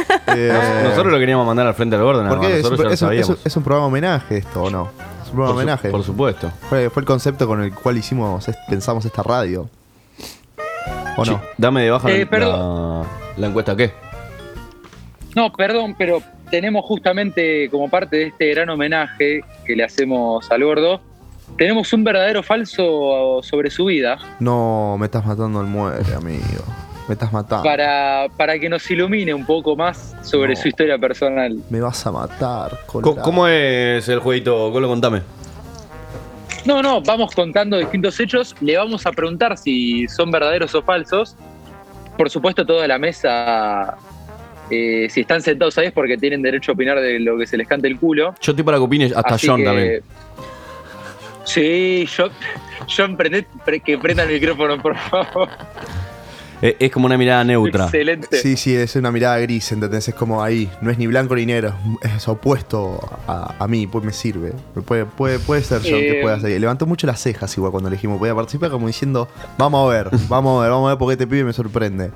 Nosotros lo queríamos mandar al frente al Gordon. nada Eh, Porque más. es, Nosotros ya un- lo es un- es un- sabíamos. es un programa homenaje esto, ¿o no? Es un Por programa su- homenaje. por supuesto. Fue, fue el concepto con el cual hicimos, es- pensamos esta radio. ¿O no? Sí, Dame de baja Eh, la- la, perdón. la encuesta, ¿qué? No, perdón, pero tenemos justamente como parte de este gran homenaje que le hacemos al gordo, tenemos un verdadero falso sobre su vida No, me estás matando el mueble, amigo. Me estás matando. para, para que nos ilumine un poco más Ah. sobre No. su historia personal. Me vas a matar, ¿Cómo, Colorado. cómo es el jueguito? Colo, contame. No, no, vamos contando distintos hechos, le vamos a preguntar si son verdaderos o falsos. Por supuesto, toda la mesa, eh, si están sentados ahí es porque tienen derecho a opinar de lo que se les cante el culo. Yo estoy para que opines hasta Así John que- también. Sí, yo, John, prendé- pre- que prenda el micrófono, por favor. Eh, Es como una mirada neutra. Excelente. Sí, sí, es una mirada gris, ¿entendés? Es como ahí, no es ni blanco ni negro, es opuesto a, a mí, pues me sirve. Me Puede, puede, puede ser yo que Eh, pueda seguir. Levantó mucho las cejas igual cuando elegimos, voy a participar como diciendo, vamos a ver, vamos a ver, vamos a ver por qué este pibe me sorprende.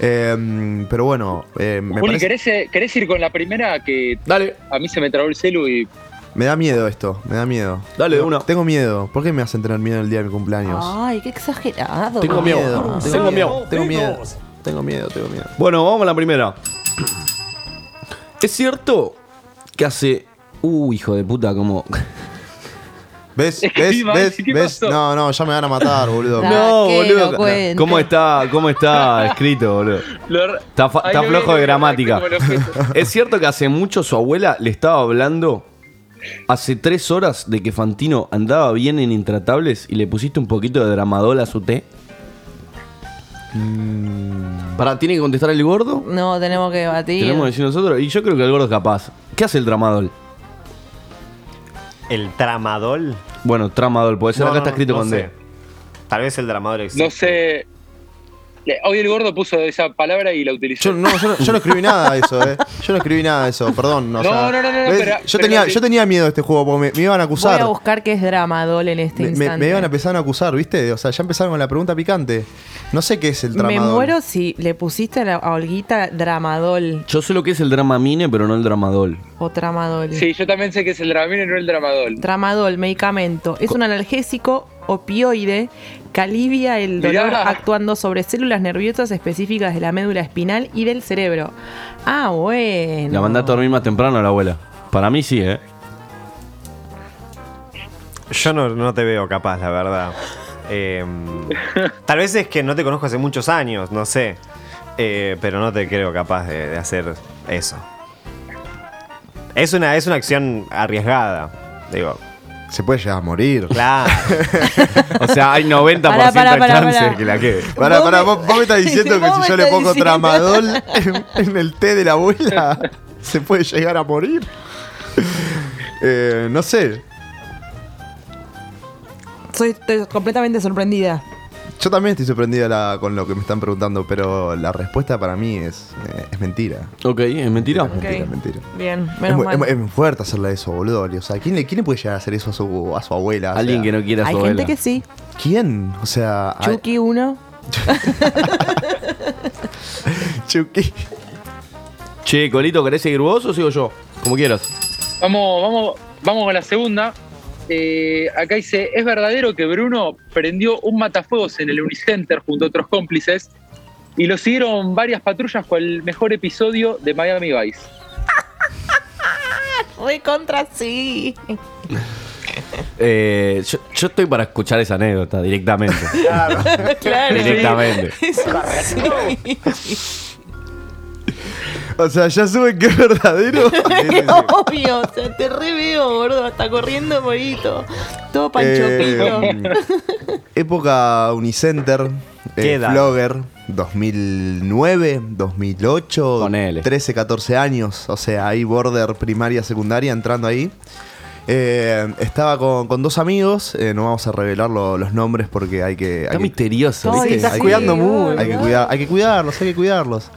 Em, pero bueno, eh, me, Juli, parece- ¿querés, eh, querés ir con la primera? Que Dale. a mí se me trabó el celu y me da miedo esto, me da miedo. Dale, de Tengo- una. Tengo miedo, ¿por qué me hacen tener miedo el día de mi cumpleaños? Ah. Ay, qué exagerado. Tengo miedo, tengo miedo, tengo miedo, tengo miedo, tengo miedo. Bueno, vamos a la primera. ¿Es cierto que hace. Uh, hijo de puta, como. ¿Ves? Es que ¿Ves? iba a ¿Ves? decir, ¿qué ¿Ves? pasó? No, no, ya me van a matar, boludo. No, que lo boludo. cuente. ¿Cómo está, cómo está escrito, boludo? Lo- Está, fa- Ahí está lo vi, flojo lo de vi, gramática. como lo objeto. ¿Es cierto que hace mucho su abuela le estaba hablando hace tres horas de que Fantino andaba bien en Intratables y le pusiste un poquito de dramadol a su té? Mm. Para, ¿tiene que contestar el gordo? No, tenemos que debatir. Tenemos que decir nosotros. Y yo creo que el gordo es capaz. ¿Qué hace el dramadol? ¿El tramadol? Bueno, tramadol, puede ser. No, Acá no, está escrito no con sé. D. Tal vez el dramadol existe. no sé. Le- Hoy el gordo puso esa palabra y la utilizó. Yo no, yo no, yo no escribí nada de eso, eh. Yo no escribí nada de eso, perdón. o No, sea, no, no, no, no, ¿ves? pero- yo, pero tenía, lo yo tenía miedo de este juego porque me, me iban a Voy acusar. a buscar qué es Dramadol en este Me, me- instante. me iban a empezar a acusar, ¿viste? O sea, ya empezaron con la pregunta picante. No sé qué es el Me tramador. muero si le pusiste a, la- a Olguita Dramadol Yo sé lo que es el dramamine, pero no el dramadol. o Tramadol. Sí, yo también sé que es el dramamine y no el dramadol. Tramadol, medicamento. Es un analgésico opioide que alivia el dolor Mirá. actuando sobre células nerviosas específicas de la médula espinal y del cerebro. Ah, La bueno. mandaste a dormir más temprano a la abuela. Para mí sí, ¿eh? Yo no, no te veo capaz, la verdad. Eh, tal vez es que no te conozco hace muchos años, no sé. Eh, pero no te creo capaz de, de hacer eso. Es una, es una acción arriesgada. Digo, Se puede llegar a morir. claro. O sea, hay 90% Pará, pará, de pará, chances pará. de que la quede. Pará, Vos pará, me- vos, vos me estás diciendo que Vos me si yo le estás pongo diciendo- tramadol en, en el té de la abuela, se puede llegar a morir. Eh, no sé. Soy estoy completamente sorprendida. Yo también estoy sorprendido la- con lo que me están preguntando, pero la respuesta para mí es, eh, es mentira. Ok, es mentira. Es mentira, mentira. Bien, es, menos muy- mal. es muy- es muy fuerte hacerle eso, boludo. O sea, ¿quién le, quién le puede llegar a hacer eso a su, a su abuela? O Alguien sea, que no quiera a Hay su abuela. gente que sí. ¿Quién? O sea, ay, Chucky uno. Chucky. Che, Colito, ¿querés seguir vos o sigo yo? Como quieras. Vamos, vamos, vamos con la segunda. eh, acá dice, es verdadero que Bruno prendió un matafuegos en el Unicenter junto a otros cómplices y lo siguieron varias patrullas con el mejor episodio de Miami Vice. Re contra sí. Eh, yo, yo estoy para escuchar esa anécdota directamente. Claro. Claro. Directamente. O sea, ya suben que es verdadero. Obvio, o sea, te re veo, gordo. Hasta corriendo, morito. Todo panchopito. Eh, época Unicenter, ¿Qué eh, edad? Flogger, 2009, 2008, 13, 14 años. O sea, ahí border primaria, secundaria, entrando ahí. Eh, estaba con, con dos amigos, eh, no vamos a revelar lo- los nombres porque hay que... Está misterioso. Hay Ay, que, estás hay que- cuidando mucho. Hay que, cuidar- hay que cuidarlos, hay que cuidarlos.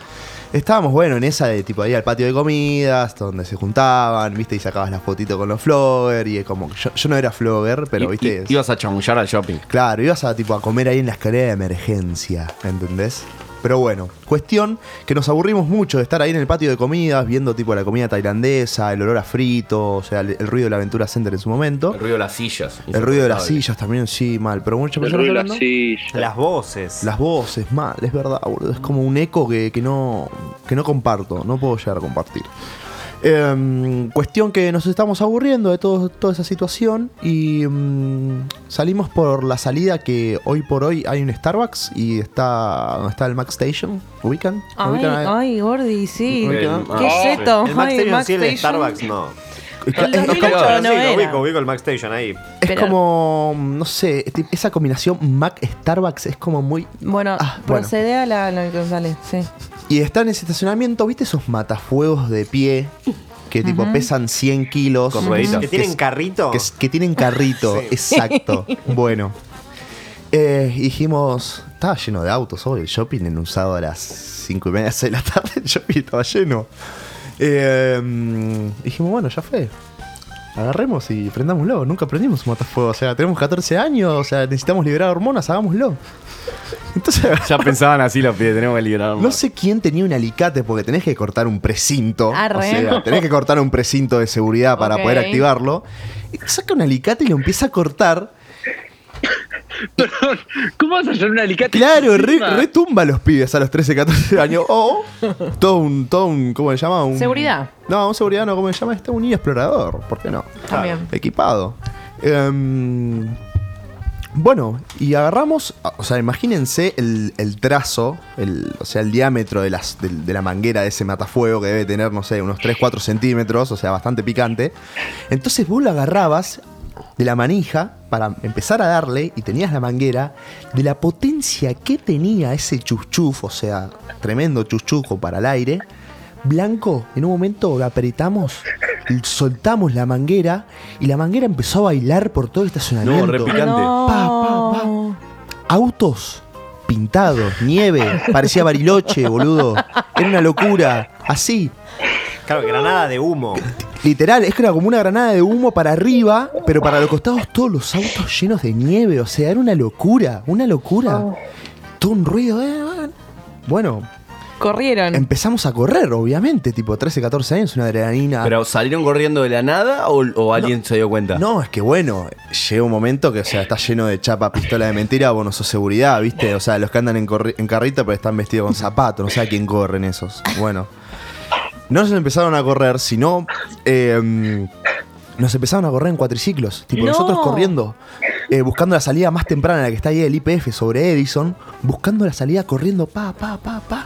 Estábamos, bueno, en esa de tipo ahí al patio de comidas, donde se juntaban, viste, y sacabas las fotitos con los flogger, y es como que yo, yo no era flogger, pero I- viste... i- ibas a chamullar al shopping. Claro, ibas a tipo a comer ahí en la escalera de emergencia, ¿entendés? Pero bueno, cuestión que nos aburrimos mucho de estar ahí en el patio de comidas, viendo tipo la comida tailandesa, el olor a frito, o sea, el, el ruido de la Aventura Center en su momento. El ruido de las sillas. El ruido de las sillas también, sí, mal. Pero mucho El ruido de las sillas. Las voces. Las voces, mal, es verdad, boludo. Es como un eco que, que no, que no comparto, no puedo llegar a compartir. Em, cuestión que nos estamos aburriendo de todo- toda esa situación y mm, salimos por la salida que hoy por hoy hay un Starbucks y está donde está el Max Station. ¿Ubican? ¿Lo Ay, ubican? ay, Gordi, sí. Ubica- Qué Ah, seto. el Max Ay, Station sí, el Station. Starbucks no. Claro, El 2008 Claro, no sí, era. lo ubico, ubico el Mac Station ahí. Es como, no sé, este- esa combinación Mac-Starbucks es como muy... ah, Ah, Bueno, pues, bueno. procede a la, la que sale, sí. Y está en ese estacionamiento, ¿viste esos matafuegos de pie? Que tipo Ujú. pesan 100 kilos. Con rueditas. ¿Que tienen es- carrito? Que, es- que tienen carrito, Sí. exacto. Bueno. Eh, y dijimos, estaba lleno de autos, hoy el shopping en un sábado a las 5 y media, 6 de la tarde, el shopping estaba lleno. Eh, mm, dijimos, bueno, ya fue. Agarremos y prendámoslo. Nunca aprendimos un matafuego. O sea, tenemos 14 años, o sea, necesitamos liberar hormonas, hagámoslo. Ya pensaban así los pies, tenemos que liberar. No sé quién tenía un alicate porque tenés que cortar un precinto. Ah, Arre. O sea, tenés que cortar un precinto de seguridad para Ok. poder activarlo. Y saca un alicate y lo empieza a cortar. ¿Cómo vas a llevar un alicate? Claro, re- encima? retumba a los pibes a los 13, 14 años. O todo un, todo un, ¿cómo se llama? Un, Seguridad. No, un seguridad no, ¿cómo se llama? Este un niño explorador, ¿por qué no? También. Equipado. Em, bueno, y agarramos, o sea, imagínense el, el trazo, el, o sea, el diámetro de, las, de, de la manguera de ese matafuego que debe tener, no sé, unos 3-4 centímetros, o sea, bastante picante. Entonces vos lo agarrabas de la manija para empezar a darle y tenías la manguera de la potencia que tenía ese chuchuf, o sea, tremendo chuchuco para el aire. Blanco, en un momento lo apretamos, soltamos la manguera y la manguera empezó a bailar por todo el estacionamiento. No, re picante. Pa, pa, pa. Autos pintados, nieve, parecía Bariloche, boludo. Era una locura, así. Claro, granada de humo. Literal, es que era como una granada de humo para arriba, pero para los costados todos los autos llenos de nieve. O sea, era una locura, una locura. Todo un ruido. eh, eh. Bueno, Corrieron. empezamos a correr, obviamente, tipo 13, 14 años, una adrenalina. ¿Pero salieron corriendo de la nada o, o alguien se dio cuenta? No, es que bueno, llega un momento que, o sea, está lleno de chapa, pistola de mentira, vos no sos seguridad, ¿viste? O sea, los que andan en, corri- en carrito pero están vestidos con zapatos, no sé a quién corren esos. Bueno. No nos empezaron a correr, sino. eh, nos empezaron a correr en cuatriciclos. Tipo, No. nosotros corriendo, eh, buscando la salida más temprana, la que está ahí el IPF sobre Edison, buscando la salida corriendo, pa, pa, pa, pa.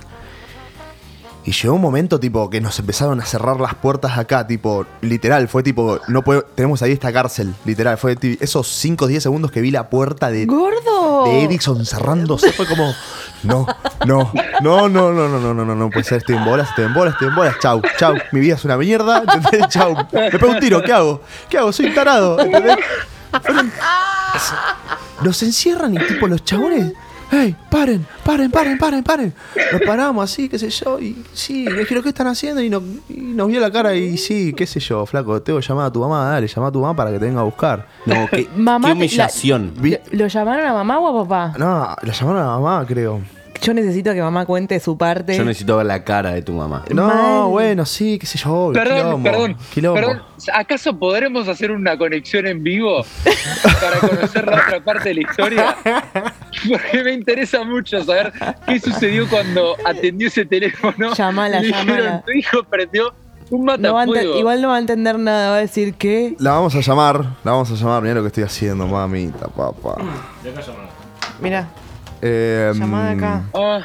Y llegó un momento, tipo, que nos empezaron a cerrar las puertas acá, tipo, literal, fue tipo, no puedo, tenemos ahí esta cárcel, literal, fue ti- esos 5 o 10 segundos que vi la puerta de, Gordo. de Edison cerrándose, fue como, no, no, no, no, no, no, no, no, no, no puede ser, estoy en bolas, estoy en bolas, estoy en bolas, chau, chau, mi vida es una mierda, ¿entendés? Chau, me pego un tiro, ¿qué hago? ¿Qué hago? Soy un tarado, ¿entendés? Fueron- Nos encierran y tipo los chabones. ¡Ey! ¡Paren! ¡Paren, paren, paren, paren! Nos paramos así, qué sé yo, y sí, le dijeron, ¿qué están haciendo? Y nos, y nos vio la cara y sí, qué sé yo, flaco, tengo que llamar a tu mamá, dale, llamá a tu mamá para que te venga a buscar. No, qué, Mamá, qué te- la- humillación. ¿Lo llamaron a mamá o a papá? No, la llamaron a la mamá, creo. Yo necesito que mamá cuente su parte. Yo necesito ver la cara de tu mamá. No, Mal. bueno, sí, qué sé yo. Perdón, quilombo, perdón, quilombo. perdón. ¿Acaso podremos hacer una conexión en vivo para conocer la otra parte de la historia? Porque me interesa mucho saber qué sucedió cuando atendió ese teléfono. Llamala, Le dijeron, llamala. Tu hijo perdió un No va a ente- matafuego. igual no va a entender nada, va a decir que. La vamos a llamar, la vamos a llamar. Mira lo que estoy haciendo, mamita, papá. Mira, Eh, Mm. llamada acá. Ah,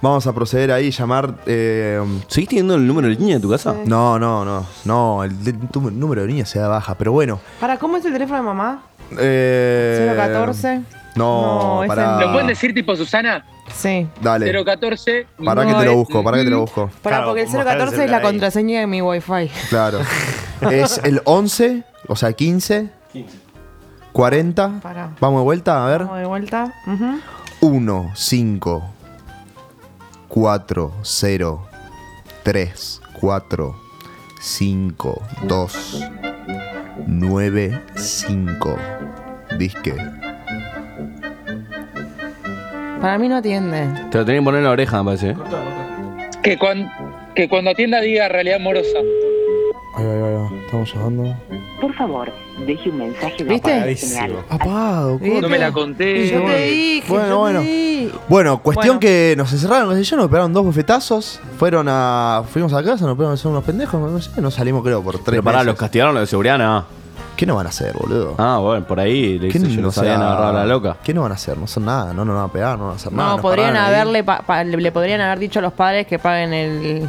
Vamos a proceder ahí, llamar. Eh, ¿Seguís teniendo el número de línea de tu casa? No, no, no. No, el, de- tu número de línea se da baja, pero bueno. ¿Para cómo es el teléfono de mamá? Eh, 014. No, No, es pará. ¿Lo pueden decir tipo Susana? Sí. Dale. 014. Pará que no te lo es- busco, pará que te lo busco. Para, porque el 014 es la contraseña. contraseña de mi wifi. Claro. es el 11, o sea, 15. 40. Pará. Vamos de vuelta, a ver. Vamos de vuelta. Ujú. 1, 5, 4, 0, 3, 4, 5, 2, 9, 5. Disque. Para mí no atiende. Te lo tenés que poner en la oreja, me parece. ¿eh? Que, cuan- que cuando atienda diga realidad amorosa. Estamos llamando. Por favor, deje un mensaje ¿Viste? ¿eh? Apagado, No me la conté. Yo te dije. Bueno, yo te bueno. dije. Bueno, cuestión Bueno. que nos encerraron, qué sé yo, nos pegaron dos bofetazos, fueron a. fuimos a casa, nos pegaron son unos pendejos, no sé, nos salimos creo por tres. Pero pará, meses. los castigaron los de seguridad, nada. ¿Qué no van a hacer, boludo? Ah, bueno, por ahí le ¿Qué dice, yo no sabía será? agarrar a la loca. ¿Qué no van a hacer? No son nada, no nos van a pegar, no van a hacer nada. No, nos ¿eh? podrían pararon ahí. haberle pa- pa- le, le podrían haber dicho a los padres que paguen el.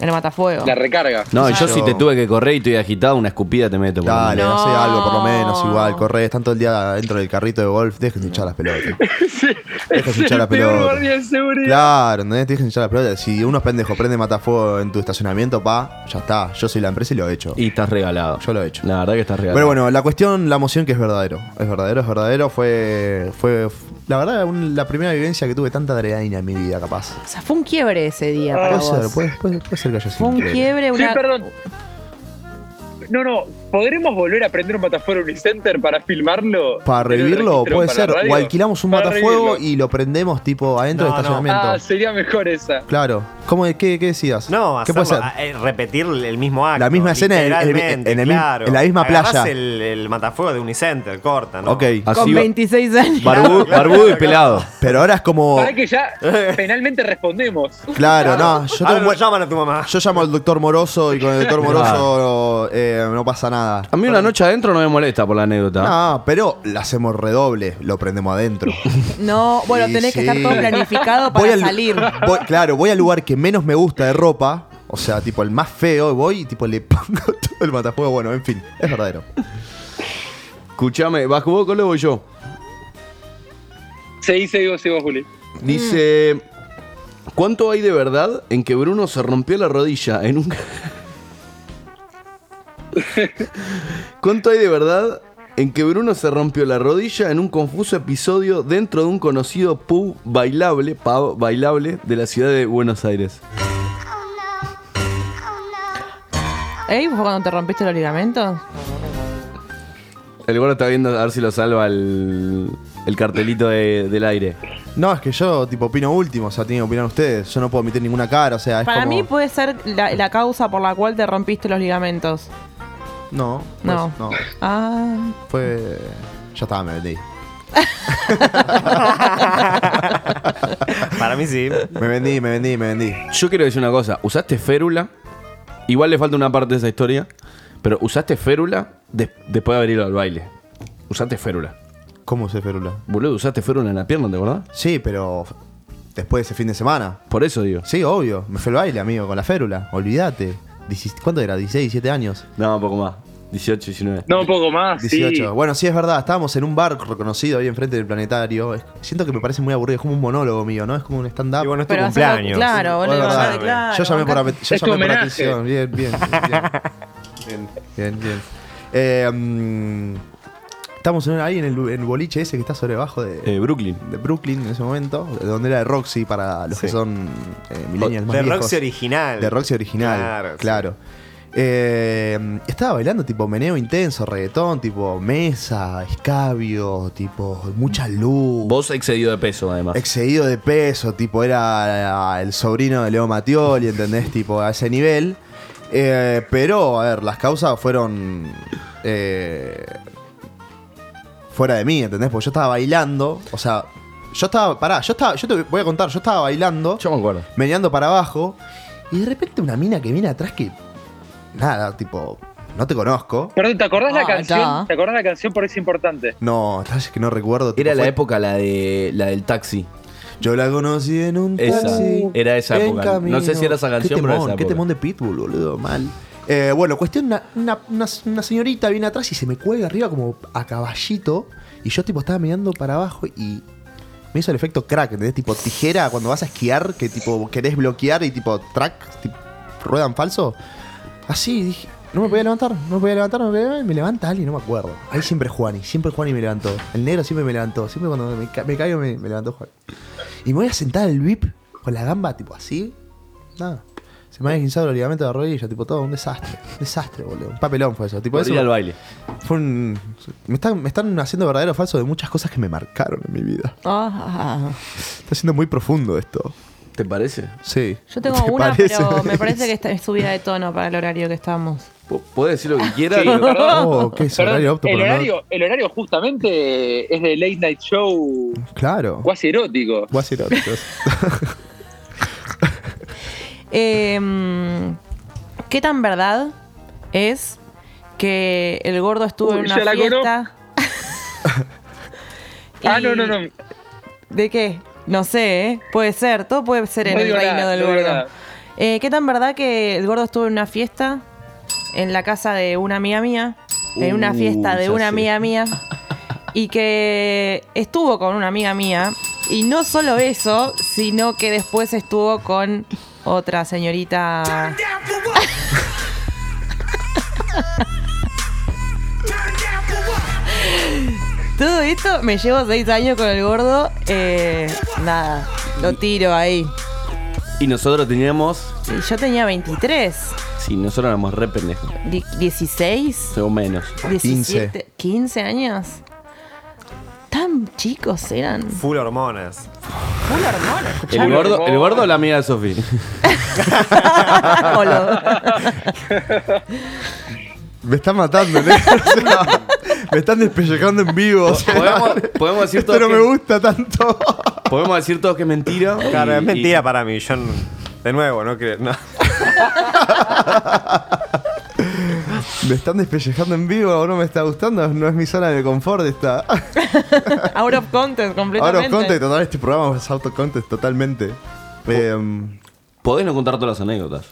el matafuego. La recarga. No, yo Claro. si te tuve que correr y estoy agitado, una escupida te meto. por lo Dale, menos. no. sé, No. algo por lo menos, igual, corre, están todo el día dentro del carrito de golf, dejen de hinchar las pelotas. Dejen de hinchar las pelotas. guardia de seguridad. Claro, ¿entendés? Dejen de hinchar las pelotas. Si unos pendejos prenden matafuego en tu estacionamiento, pa, ya está. Yo soy la empresa y lo he hecho. Y estás regalado. Yo lo he hecho. La verdad que estás regalado. Pero bueno, la cuestión, la emoción que es verdadero. Es verdadero, es verdadero. Fue. fue la verdad, un- la primera vivencia que tuve tanta adrenalina en mi vida, capaz. O sea, fue un quiebre ese día para Puede vos. ser, puede, puede- puede ser que haya sido. Fue un increíble. quiebre, Sí, una. perdón. No, no, ¿podremos volver a prender un matafuego Unicenter para filmarlo? Para ¿Tener revivirlo, registro puede para ser. radio? O alquilamos un Para matafuego revivirlo. y lo prendemos tipo adentro No, del no. estacionamiento. Ah, sería mejor esa. Claro. ¿Cómo, qué, qué decías? No, ¿Qué hacerlo, puede ser? a- eh, repetir el mismo acto. La misma escena en el- en el- literalmente, en el mi- claro. en la misma Agarrás playa. El, el matafuego de Unicenter, corta, ¿no? Ok. Así Con va- 26 años. barbu- barbudo y pelado. Pero ahora es como. Para que ya penalmente respondemos. Claro, no. Yo, tengo Ahora un no buen- llaman a tu mamá. yo llamo al doctor Moroso y con el doctor Moroso eh, no pasa nada. A mí una noche adentro no me molesta por la anécdota. No, pero la hacemos redoble, lo prendemos adentro. No, bueno, Sí, tenés que estar sí. todo planificado Voy para al- salir. voy- claro, voy al lugar que menos me gusta de ropa, o sea, tipo el más feo, voy y tipo le pongo todo el matafuego. Bueno, en fin, es verdadero. Escuchame, ¿vas vos, Colo, o voy yo? Se dice, digo, sigo, Juli. Dice, ¿cuánto hay de verdad en que Bruno se rompió la rodilla en un... ¿Cuánto hay de verdad en que Bruno se rompió la rodilla en un confuso episodio dentro de un conocido pub bailable, pub bailable de la ciudad de Buenos Aires? ¿Ey? ¿Fue cuando te rompiste los ligamentos? El gordo está viendo a ver si lo salva el, el cartelito de- del aire. No, es que yo tipo opino último, o sea, tienen que opinar ustedes. Yo no puedo omitir ninguna cara, o sea, es Para como- mí puede ser la, la causa por la cual te rompiste los ligamentos. No, No. pues, no. Ah. Fue. Ya estaba, me vendí. Para mí sí. Me vendí, me vendí, me vendí. Yo quiero decir una cosa. Usaste férula. Igual le falta una parte de esa historia. Pero usaste férula des- después de haber ido al baile. Usaste férula. ¿Cómo usé férula? Boludo, usaste férula en la pierna, ¿te acordás? Sí, pero después de ese fin de semana. Por eso digo. Sí, obvio. Me fue el baile, amigo, con la férula. Olvídate. Diecis- ¿Cuánto era? 16, 17 años. No, un poco más. 18, 19. No, un poco más. 18. Ah, Sí. Bueno, sí, es verdad. Estábamos en un bar reconocido ahí enfrente del planetario. Es- Siento que me parece muy aburrido. Es como un monólogo mío, ¿no? Es como un stand-up. Y bueno, es tu Pero hacerlo- cumpleaños. claro, Es boludo, verdad. dale, claro, yo llamé por, bancate. apet- yo Es tu llamé por homenaje. atención. Bien, bien. Bien, bien. bien, bien. Eh, mm, estamos en- ahí en el, en el boliche ese que está sobre abajo de, Eh, Brooklyn. de Brooklyn en ese momento. Donde era de Roxy para los que Sí. son eh, millennials más De viejos. Roxy original. De Roxy original, Claro, claro. sí. Eh, estaba bailando tipo meneo intenso, reggaetón, tipo mesa, escabio, tipo mucha luz. Vos excedido de peso, además. Excedido de peso, tipo era ah, el sobrino de Leo Matioli, ¿entendés? tipo a ese nivel. Eh, pero, a ver, las causas fueron... eh, fuera de mí, ¿entendés? Porque yo estaba bailando, o sea, yo estaba, pará, yo estaba, yo te voy a contar, yo estaba bailando, yo me acuerdo, meneando para abajo, y de repente una mina que viene atrás que, nada, tipo, no te conozco, Perdón, ¿te acordás Ah, la canción? ya. ¿Te acordás la canción? Por eso es importante. no, detalles que no recuerdo. Era la época la de la del taxi. Yo la conocí en un Esa, taxi. era esa en época. No camino. sé si era esa canción, qué pero era temón, esa qué época. temón de Pitbull, boludo, mal. Eh, bueno, cuestión, una, una- una- una señorita viene atrás y se me cuelga arriba como a caballito. Y yo tipo estaba mirando para abajo y me hizo el efecto crack, ¿entendés? Tipo tijera cuando vas a esquiar, que tipo querés bloquear y tipo track, tipo, ruedan falso. Así, dije, no me podía levantar, no me podía levantar, no me podía levantar, me levanta alguien, no me acuerdo. Ahí siempre Juani, siempre Juani me levantó. El negro siempre me levantó, siempre cuando me, ca- me caigo me, me levantó Juani. Y me voy a sentar al VIP con la gamba tipo así, nada. Se me había guinzado el ligamento de la rodilla, tipo todo, un desastre, un desastre, boludo. Un papelón fue eso, tipo Por eso. ir al baile. Fue un- me, están, me están haciendo verdadero o falso de muchas cosas que me marcaron en mi vida. Ah. Está siendo muy profundo esto. ¿Te parece? Sí. Yo tengo ¿Te una, parece? pero me parece que está en subida de tono para el horario que estamos. Puedes decir lo que quieras. Sí, perdón. Oh, ¿qué es Perdón, horario apto el, para horario, el horario justamente es de late night show no- Claro. cuasi erótico. Guasi era otro. Eh, ¿Qué tan verdad es que el gordo estuvo Uy, en ya una la fiesta? Ah, Y- no, no, no. ¿De qué? No sé, ¿eh? puede ser, todo puede ser en No el digo reino nada, del no digo gordo. nada. Eh, ¿Qué tan verdad que el gordo estuvo en una fiesta en la casa de una amiga mía? En una Uh, fiesta de ya una sé. amiga mía. Y que estuvo con una amiga mía. Y no solo eso, sino que después estuvo con otra señorita. Todo esto me llevo seis años con el gordo. eh, nada, lo tiro ahí. Y nosotros teníamos. Y yo tenía 23, Sí, nosotros éramos re pendejos. di- 16, O menos. 17, 15, años. Tan chicos eran. Full hormonas. Full hormonas. ¿El escuchame. gordo, ¿El gordo o la amiga de Sofi? O lo- Me están matando, negro. O sea, me están despellejando en vivo. o sea, Podemos, podemos decir esto todos no que- me gusta tanto. Podemos decir todos que es mentira. Claro, y- es mentira y- para mí. Yo, n- de nuevo, no creo. No. Me están despellejando en vivo, no me está gustando, no es mi zona de confort esta. Out of context, Ahora completamente. os context, total, este programa es auto context totalmente. Eh, Podés no contar todas las anécdotas.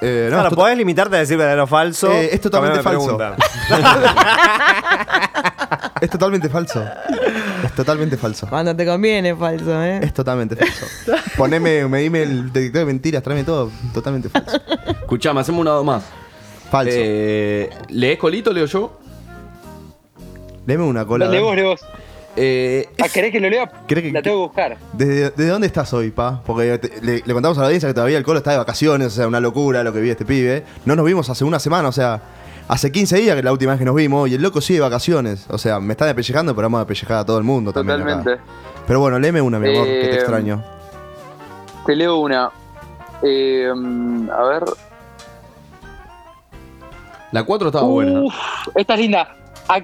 eh, no, claro, esto- podés limitarte a decir verdadero o falso. Eh, es totalmente Cambiame falso. pregunta. es totalmente falso. Es totalmente falso. Cuando te conviene, falso, ¿eh? Es totalmente falso. Poneme, me dime el detector de mentiras, tráeme todo. Totalmente falso. Escuchame, hacemos una más. Falso. Eh, ¿Lees colito, leo yo? Deme una cola. Dale a ver. vos, dale vos. Eh, Ah, ¿Querés que lo lea? ¿Querés que- La tengo que buscar. ¿Desde, desde dónde estás hoy, pa? Porque te- le, le contamos a la audiencia que todavía el colo está de vacaciones, o sea, una locura lo que vi este pibe. No nos vimos hace una semana, o sea, hace 15 días que es la última vez que nos vimos y el loco sigue de vacaciones. O sea, me están apellejando, pero vamos a apellejar a todo el mundo también. acá. Totalmente. Pero bueno, léeme una, mi amor, que Eh, te extraño. Te leo una. Eh, a ver. La 4 estaba Uf, buena. Esta es linda. Ah,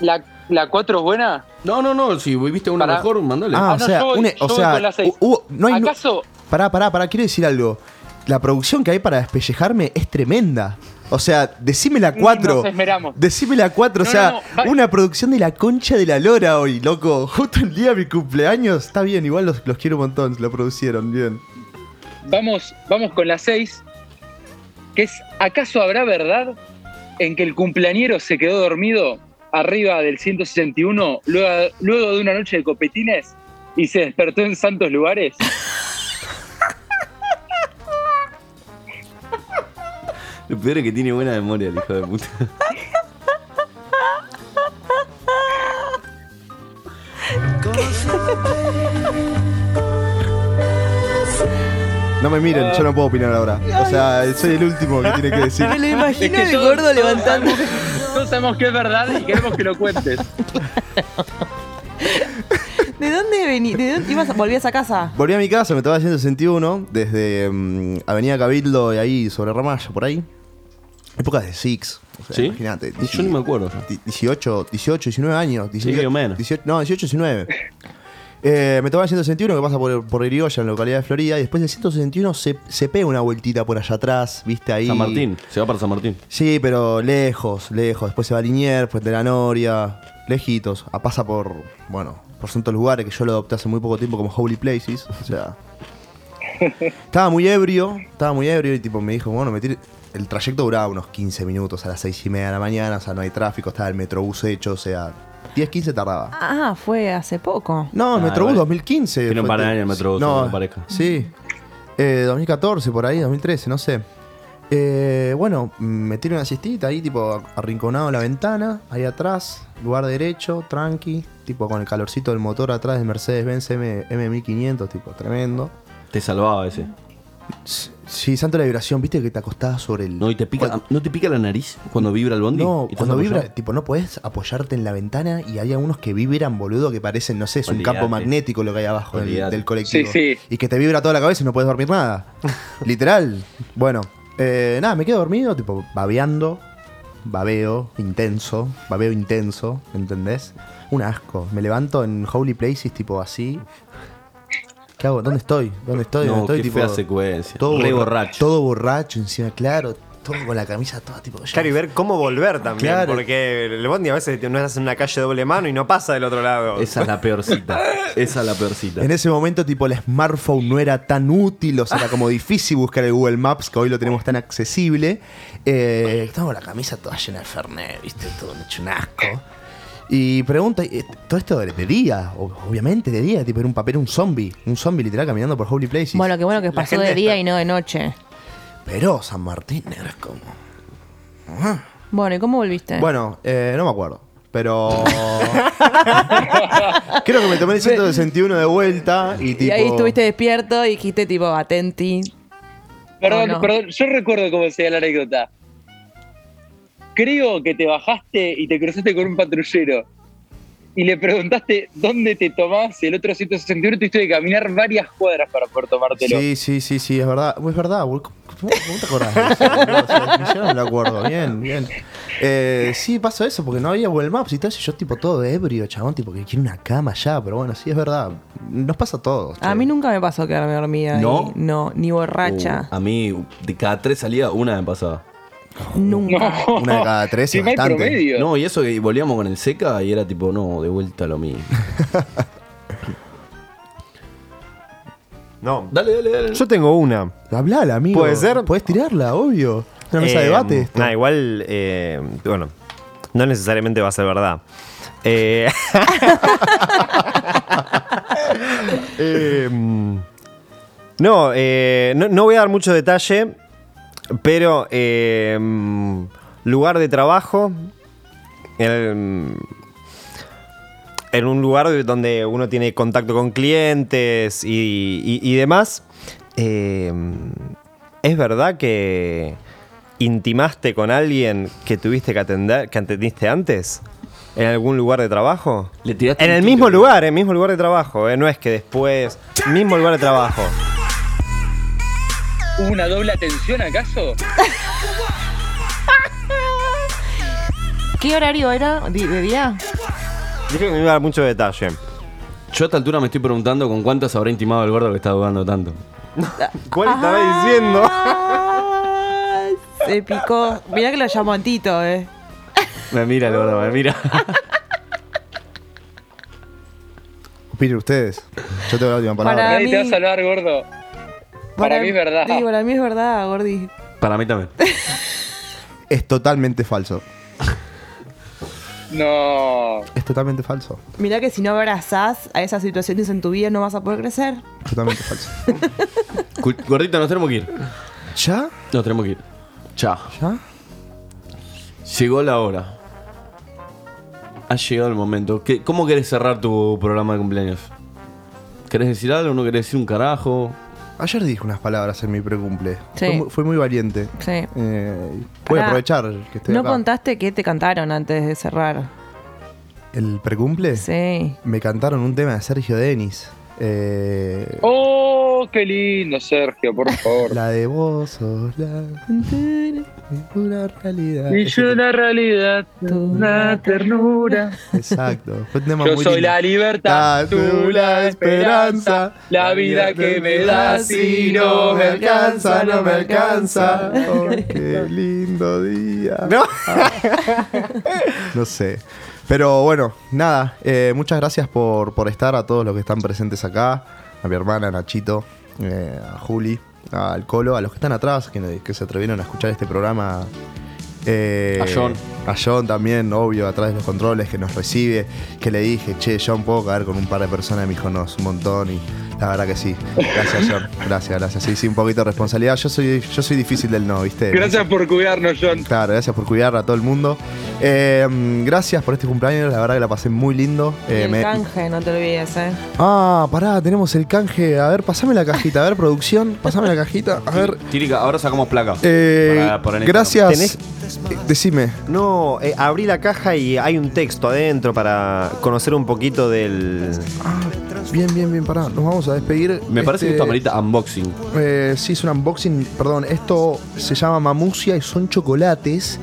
¿La, la 4 es buena? No, no, no. Si viste una Pará. mejor, mandale. Ah, o no, sea, yo voy- une- yo o voy sea con la seis. hu- hubo- no hay, nu- ¿Acaso? Pará, pará, pará, quiero decir algo. La producción que hay para despellejarme es tremenda. O sea, decime la 4. Nos esmeramos. Decime la 4, No, o sea, no, no, va- una producción de la concha de la lora hoy, loco. Justo el día de mi cumpleaños. Está bien, igual los, los quiero un montón, lo producieron bien. Vamos, vamos con la 6. Que es, ¿acaso habrá verdad en que el cumpleañero se quedó dormido arriba del 161 luego, luego de una noche de copetines y se despertó en santos lugares? Lo peor es que tiene buena memoria el hijo de puta. No no me Ah. miren, yo no puedo opinar ahora. O sea, soy el último que tiene que decir. Me lo imagino Es que el todos- gordo todos levantando. sabemos- Todos sabemos que es verdad y queremos que lo cuentes. ¿De dónde vení? ¿De dónde ibas? ¿Volvías a casa? Volví a mi casa, me estaba haciendo 61 desde mm, Avenida Cabildo y ahí sobre Ramallo, por ahí. Épocas de Six. o sea, ¿Sí? Imagínate. Yo ni me acuerdo. 18, 18, 19 años. 19, Sí, o menos. 18, no, 18, 19. Eh, me estaba haciendo 61 que pasa por, por Irigoyen, en la localidad de Florida. Y después del 161 se, se pega una vueltita por allá atrás, viste ahí. San Martín, se va para San Martín. Sí, pero lejos, lejos. Después se va a Liniers, Puente de la Noria, lejitos. A- pasa por, bueno, por ciertos lugares que yo lo adopté hace muy poco tiempo como Holy Places. O sea. estaba muy ebrio, estaba muy ebrio y tipo me dijo, bueno, me tiré- El trayecto duraba unos 15 minutos a las 6 y media de la mañana, o sea, no hay tráfico, estaba el metrobús hecho, o sea, 10, 15 tardaba. Ah, fue hace poco. No, Ah, Metrobús igual. 2015. Tiene un fue par de te- años el Metrobús, no, aunque parezca. Sí. Eh, 2014, por ahí, 2013, no sé. Eh, bueno, me tiro una siestita ahí, tipo arrinconado en la ventana, ahí atrás, lugar derecho, tranqui, tipo con el calorcito del motor atrás del Mercedes-Benz M, M1500, tipo tremendo. Te salvaba ese. Sí, santo la vibración, viste que te acostabas sobre el. No, y te pica, ¿no te pica la nariz cuando vibra el bondi? No, ¿Y estás cuando vibra, apoyado? tipo, no podés apoyarte en la ventana y hay algunos que vibran, boludo, que parecen, no sé, es un Olvidate. campo magnético lo que hay abajo del- Olvidate. del colectivo. Sí, sí. Y que te vibra toda la cabeza y no podés dormir nada. Literal. Bueno, eh, nada, me quedo dormido, tipo, babeando. Babeo intenso, babeo intenso, ¿entendés? Un asco. Me levanto en Holy Places, tipo así. ¿Qué hago? ¿Dónde estoy? ¿Dónde estoy? No, ¿Dónde estoy? qué tipo, fea secuencia. Todo Re borra- borracho. Todo borracho, encima, claro. Todo con la camisa toda tipo. ya Claro, y ver cómo volver también. Claro. Porque el bondi a veces no estás en una calle de doble mano y no pasa del otro lado. Esa es la peorcita. Esa es la peorcita. En ese momento, tipo, el smartphone no era tan útil, o sea, era como difícil buscar el Google Maps, que hoy lo tenemos tan accesible. Eh, estaba con la camisa toda llena de Fernet, ¿viste? Todo hecho un asco. Y pregunta, eh, todo esto de, de día, o- obviamente de día, tipo, era un papel, un zombie, un zombie literal caminando por Holy Places. Bueno, qué bueno que pasó gente de día está- y no de noche. Pero San Martín era como. Ah. Bueno, ¿y cómo volviste? Bueno, eh, no me acuerdo. Pero. Creo que me tomé el 161 de vuelta y tipo. y ahí estuviste despierto y dijiste tipo atenti. Perdón, ¿O no? perdón, yo recuerdo cómo se da la anécdota. Creo que te bajaste y te cruzaste con un patrullero y le preguntaste dónde te tomás el otro 161 y tuviste que caminar varias cuadras para poder tomártelo. Sí, sí, sí, sí, es verdad. Es verdad, boludo. ¿Cómo cómo te acordás de eso? boludo? O sea, Yo no me acuerdo. Bien, bien. Eh, sí, pasó eso porque no había Google Maps y todo eso. Yo, tipo, todo ebrio, chabón, tipo, que quiero una cama ya. Pero bueno, sí, es verdad. Nos pasa a todos. A mí nunca me pasó quedarme dormida. ¿No? ¿No? no, ni borracha. Uh, a mí, de cada tres salidas, una me pasaba. Nunca. Una de cada tres Qué es mal bastante. promedio. No, y eso que volvíamos con el seca y era tipo, no, de vuelta lo mismo. No. Dale, dale, dale. Yo tengo una. Hablala, amigo. Puede ser. Puedes tirarla, obvio. Una mesa de Eh, debate. esto. Nah, igual, eh, bueno, no necesariamente va a ser verdad. Eh, eh, no, eh, no, no voy a dar mucho detalle, pero eh, lugar de trabajo, el- en un lugar donde uno tiene contacto con clientes y, y- y demás. Eh, ¿Es verdad que intimaste con alguien que tuviste que atender, que atendiste antes? ¿En algún lugar de trabajo? Le tiraste En un el tiro. mismo lugar, en el mismo lugar de trabajo, eh, no es que después. Mismo lugar de trabajo. ¿Hubo una doble atención acaso? ¿Qué horario era? ¿Di- ¿De día? Dije que no iba a dar mucho detalle. Yo a esta altura me estoy preguntando con cuántas habrá intimado el gordo que está dudando tanto. ¿Cuál estaba diciendo? Ah, Se picó. Mirá que lo llamo Antito, eh. Me mira el gordo, me mira. Opinen ustedes. Yo tengo la última palabra. Para Nadie Eh, te va a mí- salvar, gordo. Para, mí es verdad. Sí, para mí es verdad, Gordi. Para mí también. Es totalmente falso. No. Es totalmente falso. Mirá que si no abrazás a esas situaciones en tu vida no vas a poder crecer. Totalmente falso. Cu- Gordito, nos tenemos que ir. ¿Ya? Nos tenemos que ir. Chao. ¿Ya? Llegó la hora. Ha llegado el momento. ¿Qué- ¿Cómo querés cerrar tu programa de cumpleaños? ¿Querés decir algo? ¿No querés decir un carajo? Ayer dije unas palabras en mi precumple. Sí. Fue, mu- fue muy valiente. Sí. Eh, voy a Pará. aprovechar que estoy no acá. contaste qué te cantaron antes de cerrar. ¿El precumple? Sí. Me cantaron un tema de Sergio Denis. Eh, ¡Oh, qué lindo, Sergio, por favor! La de vos sos la pura realidad. Y yo la realidad, la ternura. Exacto. Fue un tema Yo muy soy lindo. la libertad, tú la esperanza, la vida que me das si no me alcanza, no me alcanza. Oh, qué lindo día. Ah. No. No sé. Pero bueno, nada. eh, muchas gracias por, por estar a todos los que están presentes acá. A mi hermana, a Nachito, eh, a Juli, al Colo, a los que están atrás, que, que se atrevieron a escuchar este programa. eh, A John. A John también, obvio, atrás de los controles, que nos recibe. Que le dije, che, John, ¿puedo caer con un par de personas? Y me dijo, no, es un montón. Y la verdad que sí. Gracias, John. Gracias, gracias. Sí, sí, un poquito de responsabilidad. Yo soy, yo soy difícil del no, ¿viste? Gracias por cuidarnos, John. Claro, gracias por cuidar a todo el mundo. Eh, mm, gracias por este cumpleaños, la verdad que la pasé muy lindo. Y Eh, el me- canje, no te olvides, ¿eh? Ah, pará, tenemos el canje. A ver, pasame la cajita. A ver, producción, pasame la cajita. A ver. Tírica, ahora sacamos placa. Eh, Para poner en gracias. Instagram. Eh, Decime. No, eh, abrí la caja y hay un texto adentro para conocer un poquito del. Bien, bien, bien, pará. Nos vamos a despedir. Me parece que esto Este, amerita unboxing. Eh, sí, es un unboxing, perdón. Esto se llama Mamusia y son chocolates.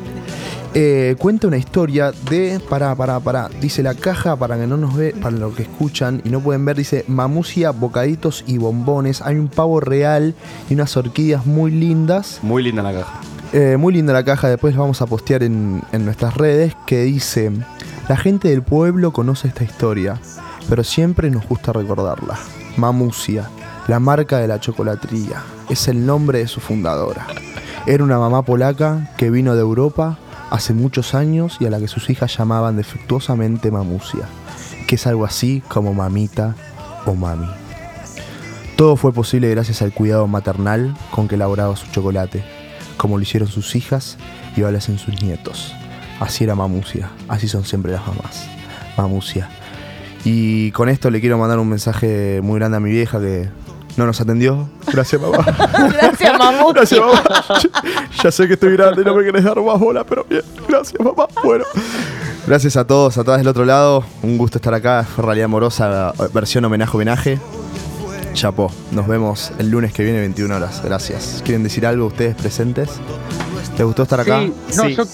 Eh, cuenta una historia de. Pará, pará, pará. Dice la caja para que no nos ve, para los que escuchan y no pueden ver. Dice Mamusia, bocaditos y bombones. Hay un pavo real y unas orquídeas muy lindas. Muy linda la caja. Eh, muy linda la caja, después la vamos a postear en, en nuestras redes, que dice, la gente del pueblo conoce esta historia, pero siempre nos gusta recordarla. Mamusia, la marca de la chocolatería, es el nombre de su fundadora. Era una mamá polaca que vino de Europa hace muchos años y a la que sus hijas llamaban defectuosamente Mamusia, que es algo así como mamita o mami. Todo fue posible gracias al cuidado maternal con que elaboraba su chocolate, como lo hicieron sus hijas y ahora lo hacen sus nietos. Así era Mamusia, así son siempre las mamás. Mamusia. Y con esto le quiero mandar un mensaje muy grande a mi vieja que no nos atendió. Gracias, mamá. Gracias, mamá. Gracias, mamá. Ya sé que estoy grande y no me querés dar más bola, pero bien. Gracias, mamá. Bueno. Gracias a todos, atrás del otro lado. Un gusto estar acá. Realidad Amorosa, versión homenaje-homenaje. Chapo, nos vemos el lunes que viene, 21 horas. Gracias. ¿Quieren decir algo ustedes presentes? ¿Les gustó estar acá? Sí, no, yo-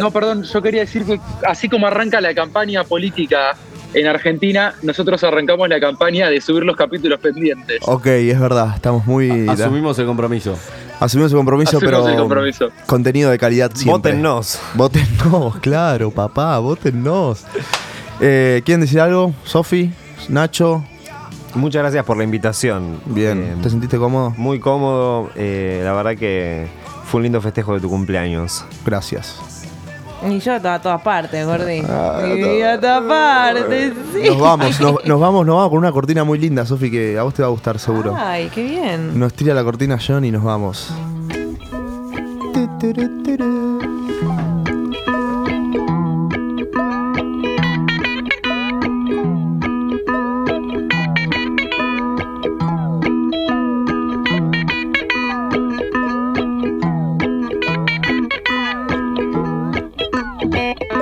no, perdón, yo quería decir que así como arranca la campaña política en Argentina, nosotros arrancamos la campaña de subir los capítulos pendientes. Ok, es verdad, estamos muy. Asumimos el compromiso. Asumimos el compromiso, Asumimos pero. el compromiso. Contenido de calidad siempre. Vótennos. Vótennos, claro, papá, vótennos. Eh, ¿Quieren decir algo? Sofi, Nacho. Muchas gracias por la invitación. Eh, Bien. ¿Te sentiste cómodo? Muy cómodo. eh, la verdad que fue un lindo festejo de tu cumpleaños. Gracias. Y yo estaba a todas partes, Gordi. Y a todas partes, sí. Nos vamos, nos, nos vamos, nos vamos con una cortina muy linda, Sofi, que a vos te va a gustar seguro. Ay, qué bien. Nos tira la cortina John y nos vamos. Thank you.